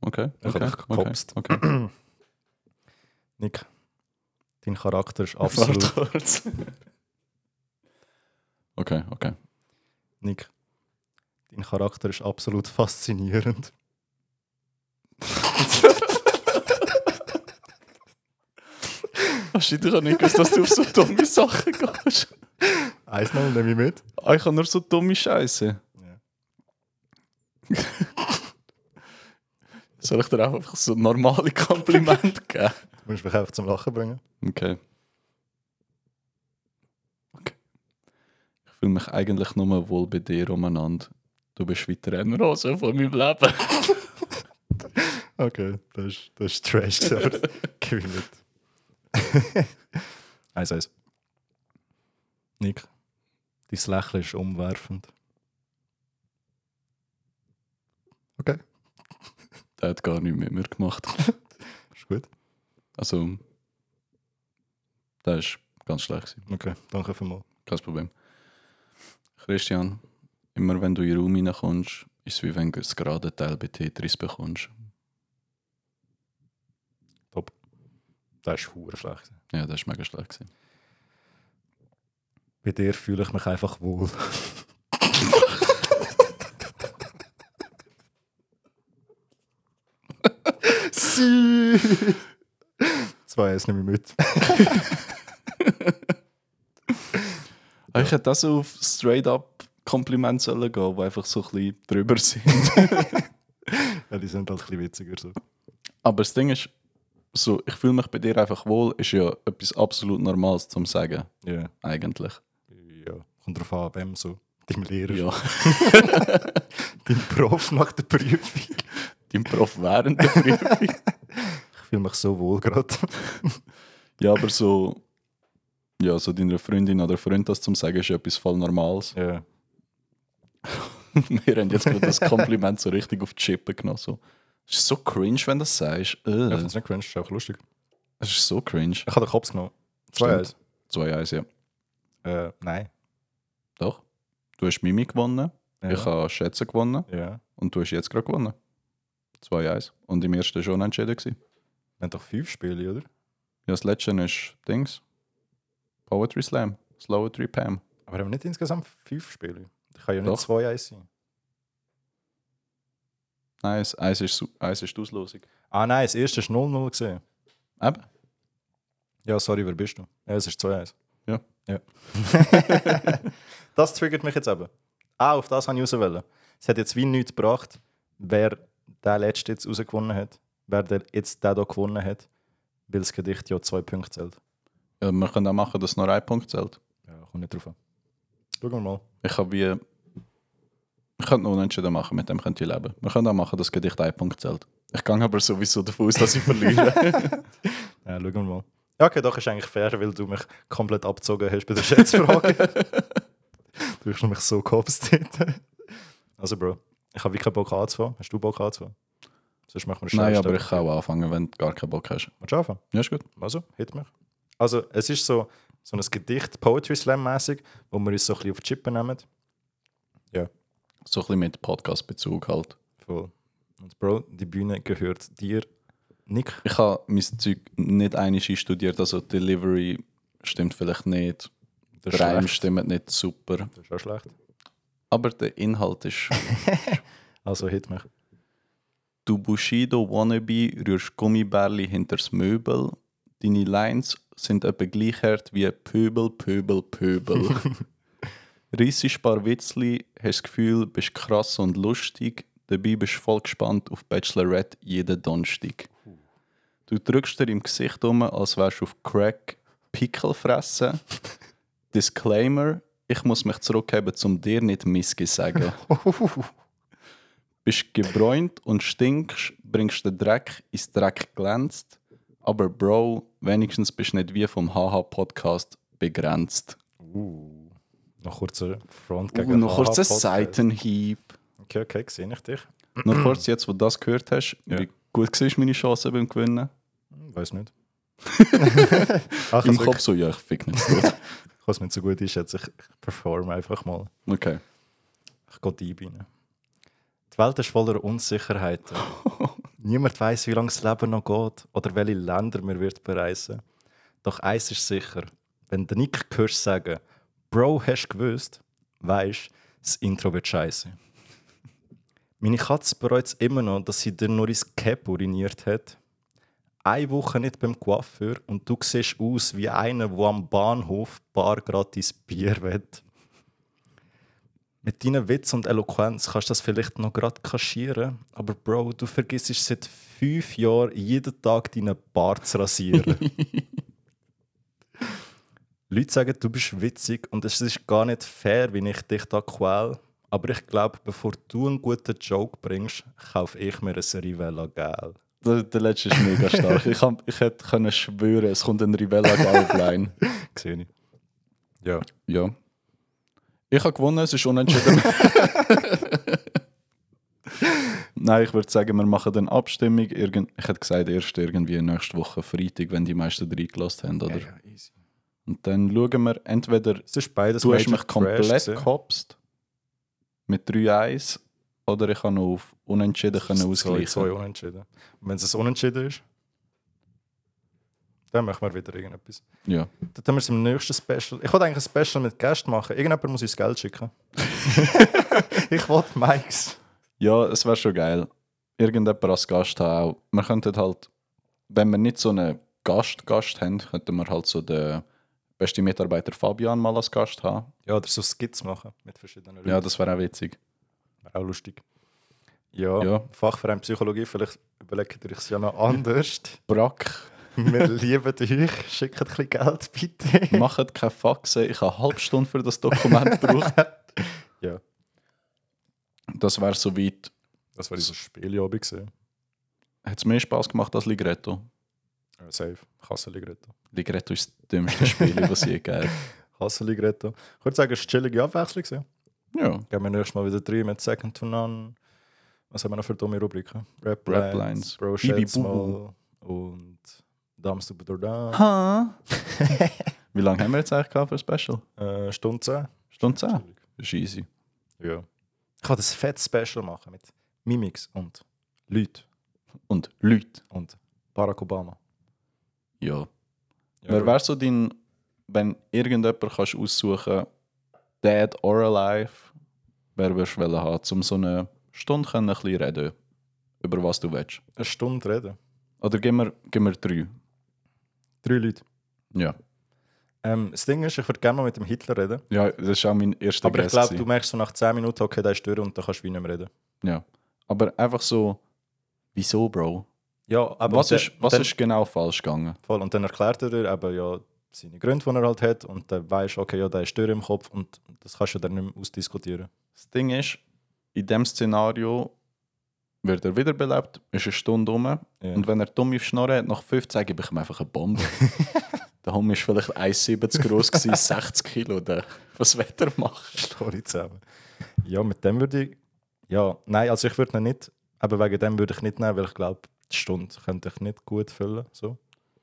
[SPEAKER 2] Okay.
[SPEAKER 1] Ich hab
[SPEAKER 2] okay.
[SPEAKER 1] dich gekopst.
[SPEAKER 2] Okay. <clears throat> okay.
[SPEAKER 1] Nick, dein Charakter ist absolut...
[SPEAKER 2] Warte kurz. okay, okay.
[SPEAKER 1] Nick, dein Charakter ist absolut <laughs> faszinierend.
[SPEAKER 2] Wahrscheinlich habe ich nicht gewusst, dass du auf so <laughs> dumme Sachen gehst.
[SPEAKER 1] Eins noch, nehme ich mit.
[SPEAKER 2] Ah, ich habe nur so dumme Scheiße.
[SPEAKER 1] Ja.
[SPEAKER 2] <laughs> Soll ich dir auch einfach so normale Kompliment geben?
[SPEAKER 1] Du musst mich einfach zum Lachen bringen.
[SPEAKER 2] Okay. okay. Ich fühle mich eigentlich nur wohl bei dir umeinander. Du bist wie die Rennrose von meinem Leben. <laughs>
[SPEAKER 1] Okay, das ist, das ist trash, <laughs> gewesen, aber gib ihm mit. <laughs> eins, eins. Nick, dein Lächeln ist umwerfend. Okay,
[SPEAKER 2] Der hat gar nichts mit mir gemacht.
[SPEAKER 1] ist gut.
[SPEAKER 2] Also, der ist ganz schlecht. Gewesen.
[SPEAKER 1] Okay, danke vielmals.
[SPEAKER 2] Kein Problem. Christian, immer wenn du in den Raum reinkommst, ist es wie wenn du das gerade Teil bei Tetris bekommst.
[SPEAKER 1] Das ist hure schlecht. gewesen.
[SPEAKER 2] Ja, das war mega schlecht. Gewesen.
[SPEAKER 1] Bei dir fühle ich mich einfach wohl. Sie! <laughs> Zwei ist nicht mehr <laughs> mit.
[SPEAKER 2] Ah, Ich hätte das auf straight up Komplimente sollen gehen, die einfach so ein bisschen drüber sind.
[SPEAKER 1] Ja, die sind halt ein bisschen witziger so.
[SPEAKER 2] Aber das Ding ist, so, ich fühle mich bei dir einfach wohl, ist ja etwas absolut Normales zum Sagen,
[SPEAKER 1] Ja.
[SPEAKER 2] eigentlich.
[SPEAKER 1] Ja. Kommt drauf an, wem so. Deinem Lehrer,
[SPEAKER 2] Ja, <laughs>
[SPEAKER 1] deinem Prof nach der Prüfung.
[SPEAKER 2] dein Prof während der Prüfung.
[SPEAKER 1] Ich fühle mich so wohl gerade.
[SPEAKER 2] ja, aber so, ja, so deiner Freundin oder Freund das zum Sagen ist ja etwas voll Normales.
[SPEAKER 1] Ja.
[SPEAKER 2] <laughs> Wir haben jetzt gerade das Kompliment so richtig auf die Chippe genommen. So. Es ist so cringe, wenn du das sagst.
[SPEAKER 1] Ich
[SPEAKER 2] Äh,
[SPEAKER 1] finde es nicht cringe, ist einfach lustig.
[SPEAKER 2] es ist so cringe.
[SPEAKER 1] Ich habe den Kopf genommen. Zwei
[SPEAKER 2] Stimmt. 2-1, ja.
[SPEAKER 1] Äh, nein.
[SPEAKER 2] Doch. Du hast Mimi gewonnen,
[SPEAKER 1] Ja.
[SPEAKER 2] ich habe Schätze gewonnen
[SPEAKER 1] ja.
[SPEAKER 2] und du hast jetzt gerade gewonnen. 2-1. Und im ersten schon entschieden gewesen.
[SPEAKER 1] Wir haben doch fünf Spiele, oder?
[SPEAKER 2] Ja, das letzte ist Dings. Poetry Slam. Slowetry Pam.
[SPEAKER 1] Aber haben wir nicht insgesamt fünf Spiele? Ich kann ja
[SPEAKER 2] Doch.
[SPEAKER 1] nicht zwei eins sein.
[SPEAKER 2] Nein, es- eins ist, su- eins ist die Auslosung.
[SPEAKER 1] Ah nein, das erste ist 0-0 gesehen.
[SPEAKER 2] Eben.
[SPEAKER 1] Ja, sorry, wer bist du? Ja, es ist 2-1.
[SPEAKER 2] Ja.
[SPEAKER 1] ja. <laughs> das triggert mich jetzt eben. Ah, auf das wollte ich rauswählen. Es hat jetzt wie nichts gebracht, wer der letzte jetzt rausgewonnen hat, wer der jetzt der hier gewonnen hat, weil das Gedicht ja zwei Punkte zählt.
[SPEAKER 2] Ja, wir können auch machen, dass nur ein Punkt zählt.
[SPEAKER 1] Ja, kommt nicht drauf an. Schauen wir mal.
[SPEAKER 2] Ich habe wie. Ich könnte noch unentschieden machen, mit dem könnte ich leben. Wir können auch machen, dass das Gedicht ein Punkt zählt. Ich gehe aber sowieso davon aus, dass ich
[SPEAKER 1] <laughs>
[SPEAKER 2] verliere.
[SPEAKER 1] Ja, schauen wir mal. Ja, okay, doch ist eigentlich fair, weil du mich komplett abgezogen hast bei der <laughs> Schätzfrage. du hast nämlich so gehopstet. Also, Bro, ich habe wirklich keinen Bock anzufangen. Hast du Bock anzufangen? Sonst machen wir
[SPEAKER 2] Nein,
[SPEAKER 1] schnell
[SPEAKER 2] aber
[SPEAKER 1] starten.
[SPEAKER 2] ich kann auch anfangen, wenn du gar keinen Bock hast.
[SPEAKER 1] Willst du anfangen?
[SPEAKER 2] Ja, ist gut.
[SPEAKER 1] Also, hit mich. Also, es ist so, so ein Gedicht, Poetry Slam-mäßig, wo wir uns so ein bisschen auf die Chippen nehmen.
[SPEAKER 2] So ein bisschen mit Podcast-Bezug halt.
[SPEAKER 1] Voll. Und Bro, die Bühne gehört dir. Nick,
[SPEAKER 2] Ich habe mein Zeug nicht einisch studiert, also Delivery stimmt vielleicht nicht.
[SPEAKER 1] das
[SPEAKER 2] Der
[SPEAKER 1] ist
[SPEAKER 2] Reim
[SPEAKER 1] schlecht.
[SPEAKER 2] stimmt nicht super.
[SPEAKER 1] Das ist auch schlecht.
[SPEAKER 2] Aber der Inhalt ist.
[SPEAKER 1] Also, hit mich.
[SPEAKER 2] Du Bushido Wannabe rührst Gummibärli hinters Möbel. Deine Lines sind etwa gleich hart wie Pöbel, Pöbel, Pöbel. Rissisch paar Witzli, hast das Gefühl, bist krass und lustig. Dabei bist du voll gespannt auf Bachelorette jeden Donnerstag. Du drückst dir im Gesicht um, als wärst du auf Crack Pickel fressen. Disclaimer, ich muss mich zurückheben, um dir nicht missgesagen. Bist gebräunt und stinkst, bringst den Dreck ins Dreck glänzt. Aber Bro, wenigstens bist du nicht wie vom HH-Podcast begrenzt.
[SPEAKER 1] Uh. Noch kurzer Front
[SPEAKER 2] Uh,
[SPEAKER 1] gegen
[SPEAKER 2] noch kurz ein
[SPEAKER 1] Podcast.
[SPEAKER 2] Seitenhieb.
[SPEAKER 1] Okay, okay, sehe ich dich.
[SPEAKER 2] noch kurz, jetzt, wo du das gehört hast,
[SPEAKER 1] Ja.
[SPEAKER 2] wie gut siehst meine Chance beim Gewinnen?
[SPEAKER 1] Hm, Weiß
[SPEAKER 2] <laughs>
[SPEAKER 1] nicht. Ach,
[SPEAKER 2] Im
[SPEAKER 1] also,
[SPEAKER 2] Kopf so, ja, ich fick nicht so
[SPEAKER 1] Ich
[SPEAKER 2] gut.
[SPEAKER 1] kann es nicht so gut einschätzen. Ich, ich performe einfach mal.
[SPEAKER 2] <laughs> Okay.
[SPEAKER 1] Ich gehe die rein. Die Welt ist voller Unsicherheiten. Niemand weiß, wie lange das Leben noch geht oder welche Länder wir wird bereisen. Doch eins ist sicher: Wenn der Nick hörst sagen, Bro, hast du gewusst, weisst, das Intro wird scheiße. Meine Katze bereut es immer noch, dass sie dir nur ins Cap uriniert hat. Eine Woche nicht beim Coiffeur und du siehst aus wie einer, der am Bahnhof bar gratis Bier wett. Mit deinem Witz und Eloquenz kannst du das vielleicht noch gerade kaschieren, aber Bro, du vergisst seit fünf Jahren jeden Tag deinen Bart zu
[SPEAKER 2] <laughs>
[SPEAKER 1] rasieren. Leute sagen, du bist witzig und es ist gar nicht fair, wie ich dich da quäl. Aber ich glaube, bevor du einen guten Joke bringst, kaufe ich mir ein Rivella Gel.
[SPEAKER 2] Der, der letzte ist mega stark. ich, hab, ich hätte können schwören, es kommt ein Rivella Goldline.
[SPEAKER 1] Sehe ich. Ja.
[SPEAKER 2] ja. Ich habe gewonnen, es ist unentschieden. <laughs> Nein, ich würde sagen, wir machen eine Abstimmung. Irgend, ich hätte gesagt, erst irgendwie nächste Woche Freitag, wenn die meisten drei gelassen haben, oder?
[SPEAKER 1] easy.
[SPEAKER 2] Und dann schauen wir entweder
[SPEAKER 1] Es ist beides
[SPEAKER 2] du hast
[SPEAKER 1] Major
[SPEAKER 2] mich
[SPEAKER 1] Trash
[SPEAKER 2] komplett
[SPEAKER 1] gewesen.
[SPEAKER 2] gehopst mit 3-1 oder ich kann auf unentschieden können
[SPEAKER 1] Zwei, zwei
[SPEAKER 2] ausgleichen.
[SPEAKER 1] Unentschieden. Und wenn es ein Unentschieden ist, dann machen wir wieder irgendetwas.
[SPEAKER 2] Ja.
[SPEAKER 1] Dann haben wir es im nächsten Special. Ich wollte eigentlich ein Special mit Gästen machen. Irgendjemand muss uns Geld
[SPEAKER 2] <laughs>
[SPEAKER 1] schicken. <laughs> ich wollte Mikes.
[SPEAKER 2] ja, es wäre schon geil. Irgendjemand als Gast haben auch. Wir könnten halt, wenn wir nicht so einen Gast-Gast haben, könnten wir halt so den besten Mitarbeiter Fabian mal als Gast haben.
[SPEAKER 1] Ja, oder so Skits machen mit verschiedenen Leuten.
[SPEAKER 2] Ja, das wäre auch witzig.
[SPEAKER 1] Wäre auch lustig. Ja,
[SPEAKER 2] Ja.
[SPEAKER 1] Fachverein Psychologie, vielleicht überlegt ihr es ja noch
[SPEAKER 2] <laughs>
[SPEAKER 1] anders.
[SPEAKER 2] Brack,
[SPEAKER 1] Wir lieben euch. Schickt ein bisschen Geld, bitte.
[SPEAKER 2] macht keine Faxen. Ich habe eine halbe Stunde für das Dokument gebraucht.
[SPEAKER 1] Ja.
[SPEAKER 2] Das wäre soweit.
[SPEAKER 1] Das war unser Spieljabend gesehen.
[SPEAKER 2] Hat es mehr Spass gemacht als Ligretto?
[SPEAKER 1] Ja, Äh, safe. Kasseligretto.
[SPEAKER 2] Ligretto ist das dümmste Spiel, <laughs> das ich je gegeben habe.
[SPEAKER 1] Kasseligretto. Ich würde sagen, es war eine chillige Abwechslung. gewesen.
[SPEAKER 2] Ja,
[SPEAKER 1] Geben wir nächstes Mal wieder drei mit Second to None. Was haben wir noch für dumme Rubriken? Rap,
[SPEAKER 2] Rap Lines,
[SPEAKER 1] Lines, Bro
[SPEAKER 2] Bibi
[SPEAKER 1] Shades
[SPEAKER 2] Bubu.
[SPEAKER 1] mal und Dams du Bedordan.
[SPEAKER 2] Ha? Wie lange haben wir jetzt eigentlich gehabt für ein Special?
[SPEAKER 1] Äh, Stunde 10.
[SPEAKER 2] Stunde 10? Das ist easy.
[SPEAKER 1] Ja. Ich kann das fett Special machen mit Mimics und Leuten
[SPEAKER 2] Und Leute.
[SPEAKER 1] und Barack Obama.
[SPEAKER 2] Ja. Wer wäre so dein, wenn irgendjemand kannst aussuchen Dead or Alive, wer würdest du wollen haben, um so eine Stunde können, ein bisschen reden über was du willst?
[SPEAKER 1] Eine Stunde reden.
[SPEAKER 2] Oder gib mir, gib mir drei.
[SPEAKER 1] Drei Leute.
[SPEAKER 2] Ja.
[SPEAKER 1] Ähm, das Ding ist, ich würde gerne mal mit dem Hitler reden.
[SPEAKER 2] Ja, das ist auch mein erster
[SPEAKER 1] aber ich
[SPEAKER 2] Guess
[SPEAKER 1] glaube,
[SPEAKER 2] gewesen.
[SPEAKER 1] du merkst so nach 10 Minuten, okay, der ist durch und dann kannst du wie nicht mehr reden.
[SPEAKER 2] Ja. Aber einfach so, wieso, Bro?
[SPEAKER 1] Ja, aber
[SPEAKER 2] was
[SPEAKER 1] und
[SPEAKER 2] ist,
[SPEAKER 1] dann,
[SPEAKER 2] was
[SPEAKER 1] dann,
[SPEAKER 2] ist genau falsch gegangen?
[SPEAKER 1] Voll. Und dann erklärt er dir eben ja seine Gründe, die er halt hat und dann weißt du, okay, ja, der ist durch im Kopf und das kannst du dann nicht mehr ausdiskutieren.
[SPEAKER 2] Das Ding ist, in dem Szenario wird er wiederbelebt, ist eine Stunde rum.
[SPEAKER 1] Ja.
[SPEAKER 2] Und wenn er dumme Schnorren hat, nach 15 gebe ich ihm einfach eine <laughs> Bombe. der Homie war vielleicht 1,70 groß, 60 Kilo. Der. Was wird er machen?
[SPEAKER 1] Story zusammen. Ja, mit dem würde ich. Ja, nein, also ich würde ihn nicht. Aber wegen dem würde ich nicht nehmen, weil ich glaube, die Stunde könnte ich nicht gut füllen. So.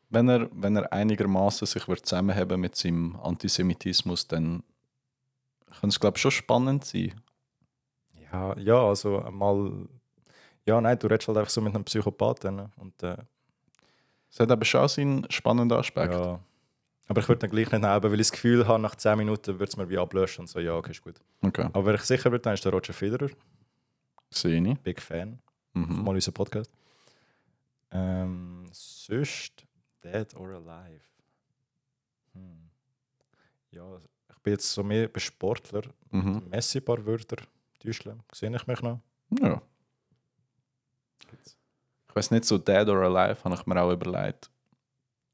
[SPEAKER 2] Wenn er, wenn er einigermaßen sich wird zusammenhaben mit seinem Antisemitismus, dann könnte es, glaube ich, schon spannend sein.
[SPEAKER 1] Ja, ja, also mal. Ja, nein, du redest halt einfach so mit einem Psychopathen. ne? Und, äh,
[SPEAKER 2] Es hat aber schon seinen spannenden Aspekt.
[SPEAKER 1] ja. Aber ich würde dann gleich nicht nehmen, weil ich das Gefühl habe, nach 10 Minuten würde es mir wie ablöschen und so, ja, okay, ist gut.
[SPEAKER 2] Okay,
[SPEAKER 1] Aber wer ich sicher würde, dann ist der Roger Federer,
[SPEAKER 2] sehe ich.
[SPEAKER 1] Big Fan,
[SPEAKER 2] Mhm.
[SPEAKER 1] mal unser Podcast. Ähm, sonst Dead or Alive. Hm. Ja, ich bin jetzt so mehr bei Sportler.
[SPEAKER 2] Mhm.
[SPEAKER 1] Messi ein paar Wörter, Deutschland, sehe ich mich noch.
[SPEAKER 2] Ja. Ich weiß nicht, so Dead or Alive habe ich mir auch überlegt,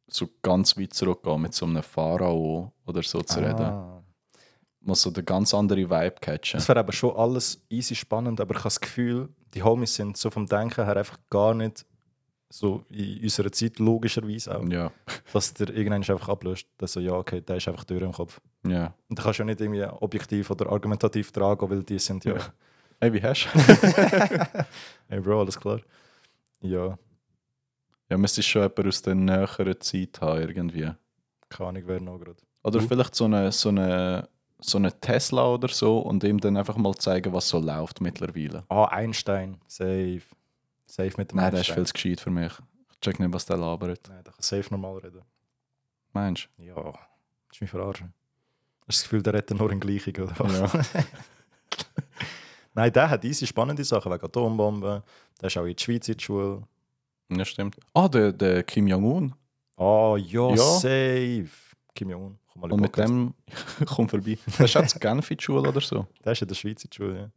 [SPEAKER 2] so ganz weit zurückgehen mit so einem Pharao oder so zu reden.
[SPEAKER 1] Ah.
[SPEAKER 2] Muss so den ganz anderen Vibe catchen.
[SPEAKER 1] Das wäre aber schon alles easy spannend, aber ich habe das Gefühl, die Homies sind so vom Denken her einfach gar nicht so in unserer Zeit logischerweise auch,
[SPEAKER 2] Ja,
[SPEAKER 1] dass der irgendwann einfach ablöst, dass so, ja, okay, der ist einfach durch im Kopf.
[SPEAKER 2] ja.
[SPEAKER 1] Und da kannst du ja nicht irgendwie objektiv oder argumentativ tragen, weil die sind ja,
[SPEAKER 2] Hey, wie hast du?
[SPEAKER 1] hey Bro, alles klar. Ja,
[SPEAKER 2] ja, müsstest schon jemand aus der näheren Zeit haben irgendwie.
[SPEAKER 1] keine Ahnung, wer noch gerade.
[SPEAKER 2] Oder
[SPEAKER 1] Mhm.
[SPEAKER 2] vielleicht so eine, so, eine, so eine Tesla oder so und ihm dann einfach mal zeigen, was so läuft mittlerweile.
[SPEAKER 1] Ah, Einstein, safe. Safe mit dem
[SPEAKER 2] Nein, der ist
[SPEAKER 1] Einstein.
[SPEAKER 2] viel zu gescheit für mich. Ich check nicht, was der labert.
[SPEAKER 1] Nein, der kann safe normal reden.
[SPEAKER 2] Meinst
[SPEAKER 1] Ja, das ist mich verarschen. Hast du das Gefühl, der hat nur den gleichen, oder was? <laughs> Nein, der hat easy spannende Sachen wegen Atombomben. Der ist auch in der Schweiz in der Schule.
[SPEAKER 2] du? Ja, stimmt. Ah, der, der Kim Jong-un.
[SPEAKER 1] Ah, ja,
[SPEAKER 2] Ja.
[SPEAKER 1] safe. Kim Jong-un, komm mal in
[SPEAKER 2] Und
[SPEAKER 1] den
[SPEAKER 2] mit
[SPEAKER 1] Podcast.
[SPEAKER 2] dem <laughs> komm vorbei. Das ist auch zu Genf in die Schule oder so.
[SPEAKER 1] Der ist in der Schweiz in der Schule, ja.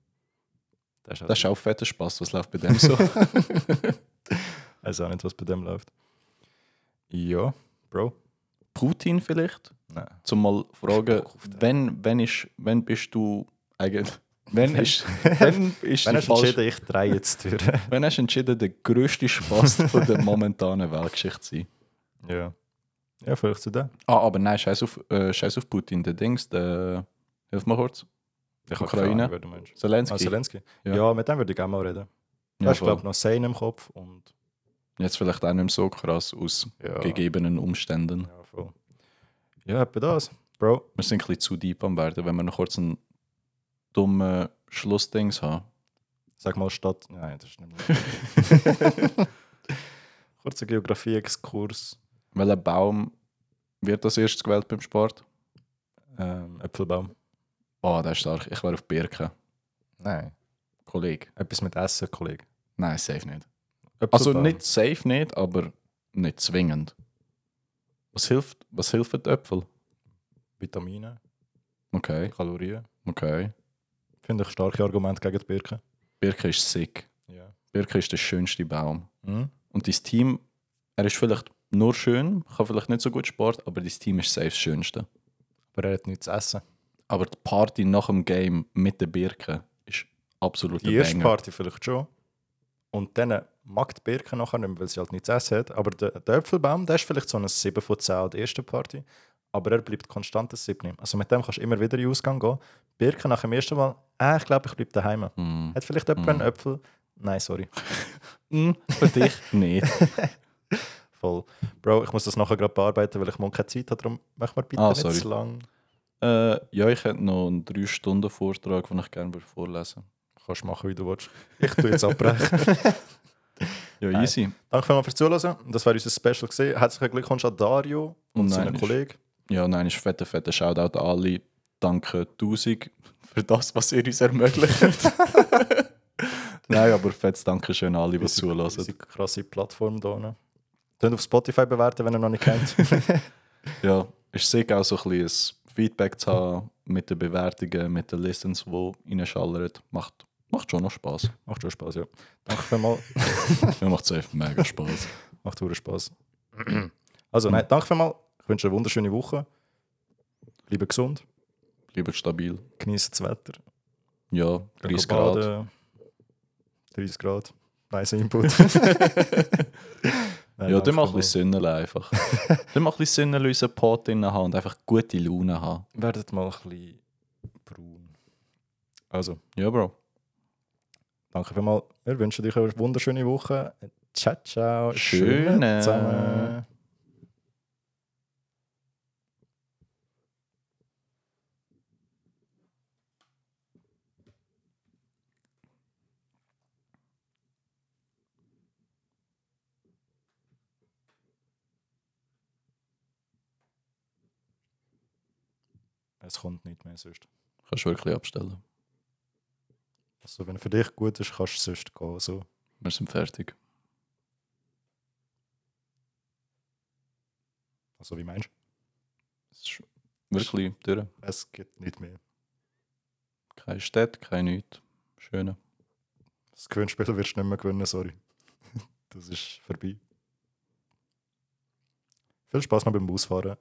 [SPEAKER 1] Der ist auch,
[SPEAKER 2] Das ist auch fetter Spaß, was läuft bei dem <laughs> so.
[SPEAKER 1] weiß auch nicht, was bei dem läuft. Ja, Bro.
[SPEAKER 2] Putin vielleicht?
[SPEAKER 1] Nein.
[SPEAKER 2] Zum mal fragen,
[SPEAKER 1] Bock auf den.
[SPEAKER 2] wenn, wenn, ist, wenn bist du
[SPEAKER 1] <laughs>
[SPEAKER 2] eigentlich. Wenn ist, wenn ist
[SPEAKER 1] Wenn
[SPEAKER 2] die
[SPEAKER 1] hast du
[SPEAKER 2] falsche,
[SPEAKER 1] entschieden, ich drehe jetzt die <laughs> Tür.
[SPEAKER 2] wenn hast du entschieden, der
[SPEAKER 1] <laughs>
[SPEAKER 2] grösste Spaß von der momentanen Weltgeschichte zu sein?
[SPEAKER 1] ja. Ja, vielleicht zu dem.
[SPEAKER 2] Ah, aber nein, scheiß auf, äh, scheiß auf Putin, der Dings, der. Hilf mal kurz.
[SPEAKER 1] Ich habe keine Ahnung,
[SPEAKER 2] Ukraine.
[SPEAKER 1] wer du meinst.
[SPEAKER 2] Zelensky.
[SPEAKER 1] Ah, Zelensky.
[SPEAKER 2] Ja.
[SPEAKER 1] Ja. mit dem würde ich gerne mal reden.
[SPEAKER 2] Ja,
[SPEAKER 1] Ja, ich
[SPEAKER 2] voll.
[SPEAKER 1] glaube noch Sane im Kopf und
[SPEAKER 2] Jetzt vielleicht auch nicht mehr so krass aus
[SPEAKER 1] ja,
[SPEAKER 2] gegebenen Umständen.
[SPEAKER 1] ja, voll. Ja, etwa das. Bro,
[SPEAKER 2] Wir sind ein bisschen zu deep am werden, wenn wir noch kurz einen dummen Schlussdings haben.
[SPEAKER 1] sag mal Stadt. Nein, das ist nicht mehr. <laughs> Kurzer Geografie-Exkurs.
[SPEAKER 2] Welcher Baum wird als erstes gewählt beim Sport?
[SPEAKER 1] Ähm, Äpfelbaum.
[SPEAKER 2] Oh, der ist stark. Ich wäre auf Birke.
[SPEAKER 1] Nein.
[SPEAKER 2] Kollege.
[SPEAKER 1] Etwas mit Essen, Kollege.
[SPEAKER 2] Nein, safe nicht. Also
[SPEAKER 1] Äpfelbaum.
[SPEAKER 2] nicht safe nicht, aber nicht zwingend. Was hilft, was hilft die Äpfel?
[SPEAKER 1] Vitamine,
[SPEAKER 2] Okay,
[SPEAKER 1] Kalorien.
[SPEAKER 2] okay.
[SPEAKER 1] Finde ich starke Argumente gegen die Birke.
[SPEAKER 2] Birke ist sick.
[SPEAKER 1] Ja.
[SPEAKER 2] Birke ist der schönste Baum.
[SPEAKER 1] Mhm.
[SPEAKER 2] Und dein Team, er ist vielleicht nur schön, kann vielleicht nicht so gut Sport, aber dein Team ist safe das Schönste.
[SPEAKER 1] Aber er hat nichts zu essen.
[SPEAKER 2] Aber die Party nach dem Game mit der Birke ist absolut
[SPEAKER 1] Die erste Party vielleicht schon. Und dann mag die Birke nachher nicht mehr, weil sie halt nichts zu essen hat. Aber der, der Äpfelbaum, der ist vielleicht so ein 7 von 10 an der ersten Party. Aber er bleibt konstant ein 7. Also mit dem kannst du immer wieder in den Ausgang gehen. Birke nach dem ersten Mal, ah, ich glaube, ich bleibe daheim.
[SPEAKER 2] Mm.
[SPEAKER 1] Hat vielleicht <laughs>
[SPEAKER 2] <laughs>
[SPEAKER 1] jemand einen Äpfel? Nein, sorry.
[SPEAKER 2] Für dich nicht.
[SPEAKER 1] Hm, voll. Bro, ich muss das nachher gerade bearbeiten, weil ich morgen keine Zeit habe, darum machen wir bitte
[SPEAKER 2] Ah,
[SPEAKER 1] nicht
[SPEAKER 2] sorry.
[SPEAKER 1] zu lang.
[SPEAKER 2] Äh, ja, ich hätte noch einen 3-Stunden-Vortrag, den ich gerne würde vorlesen
[SPEAKER 1] Kannst machen, wie du willst. Ich tue jetzt abbrechen.
[SPEAKER 2] <laughs> würde. Ja,
[SPEAKER 1] Nein.
[SPEAKER 2] easy.
[SPEAKER 1] Danke vielmals fürs Zuhören. Das wäre unser Special gewesen. Herzlichen Glückwunsch an Dario und
[SPEAKER 2] Und
[SPEAKER 1] seinen
[SPEAKER 2] nein,
[SPEAKER 1] Kollegen.
[SPEAKER 2] Ja, nein, ist fetter, fetter Shoutout an alle. Danke tausend für das, was ihr
[SPEAKER 1] <laughs>
[SPEAKER 2] uns ermöglicht. nein, aber fettes Dankeschön an alle, die
[SPEAKER 1] Unsere-
[SPEAKER 2] zulassen.
[SPEAKER 1] unsere krasse Plattform hier. unten. Könnt auf Spotify bewerten, wenn ihr noch nicht kennt.
[SPEAKER 2] Ja, ist sicher auch so ein bisschen ein Feedback zu haben mit den Bewertungen, mit den Listens, die reinschallern. Macht, <laughs> macht schon noch Spass.
[SPEAKER 1] Macht schon Spaß, ja. Danke vielmals.
[SPEAKER 2] Mir macht es echt mega Spass.
[SPEAKER 1] Macht wirklich
[SPEAKER 2] <clears throat>
[SPEAKER 1] Spaß. Also, nein, danke vielmals. Ich wünsche eine wunderschöne Woche. Bleibt gesund.
[SPEAKER 2] Bleibt stabil.
[SPEAKER 1] Genießt das Wetter.
[SPEAKER 2] Ja, 30 Grad.
[SPEAKER 1] Baden. 30 Grad. Nice Input.
[SPEAKER 2] <laughs>
[SPEAKER 1] <laughs> Nein, danke
[SPEAKER 2] Ja, dann mach ein
[SPEAKER 1] vielmals.
[SPEAKER 2] bisschen Sünnel einfach. dann mach ein bisschen Sünnel in unseren Pot drin haben und einfach gute Laune haben.
[SPEAKER 1] Werdet mal ein bisschen braun. Also,
[SPEAKER 2] Ja, Bro.
[SPEAKER 1] danke vielmals. Wir wünschen euch eine wunderschöne Woche. Ciao, ciao.
[SPEAKER 2] Schöne.
[SPEAKER 1] zusammen. Es kommt nicht mehr sonst.
[SPEAKER 2] Kannst du wirklich abstellen.
[SPEAKER 1] Also, wenn für dich gut ist, kannst du sonst gehen. So.
[SPEAKER 2] Wir sind fertig.
[SPEAKER 1] Also, wie meinst
[SPEAKER 2] Es ist wirklich durch.
[SPEAKER 1] du? Es gibt nicht mehr.
[SPEAKER 2] Keine Stadt, kein nichts. Schöne.
[SPEAKER 1] Das Gewinnspiel wirst du nicht mehr gewinnen, sorry. <laughs> Das ist vorbei. Viel Spaß noch beim Ausfahren.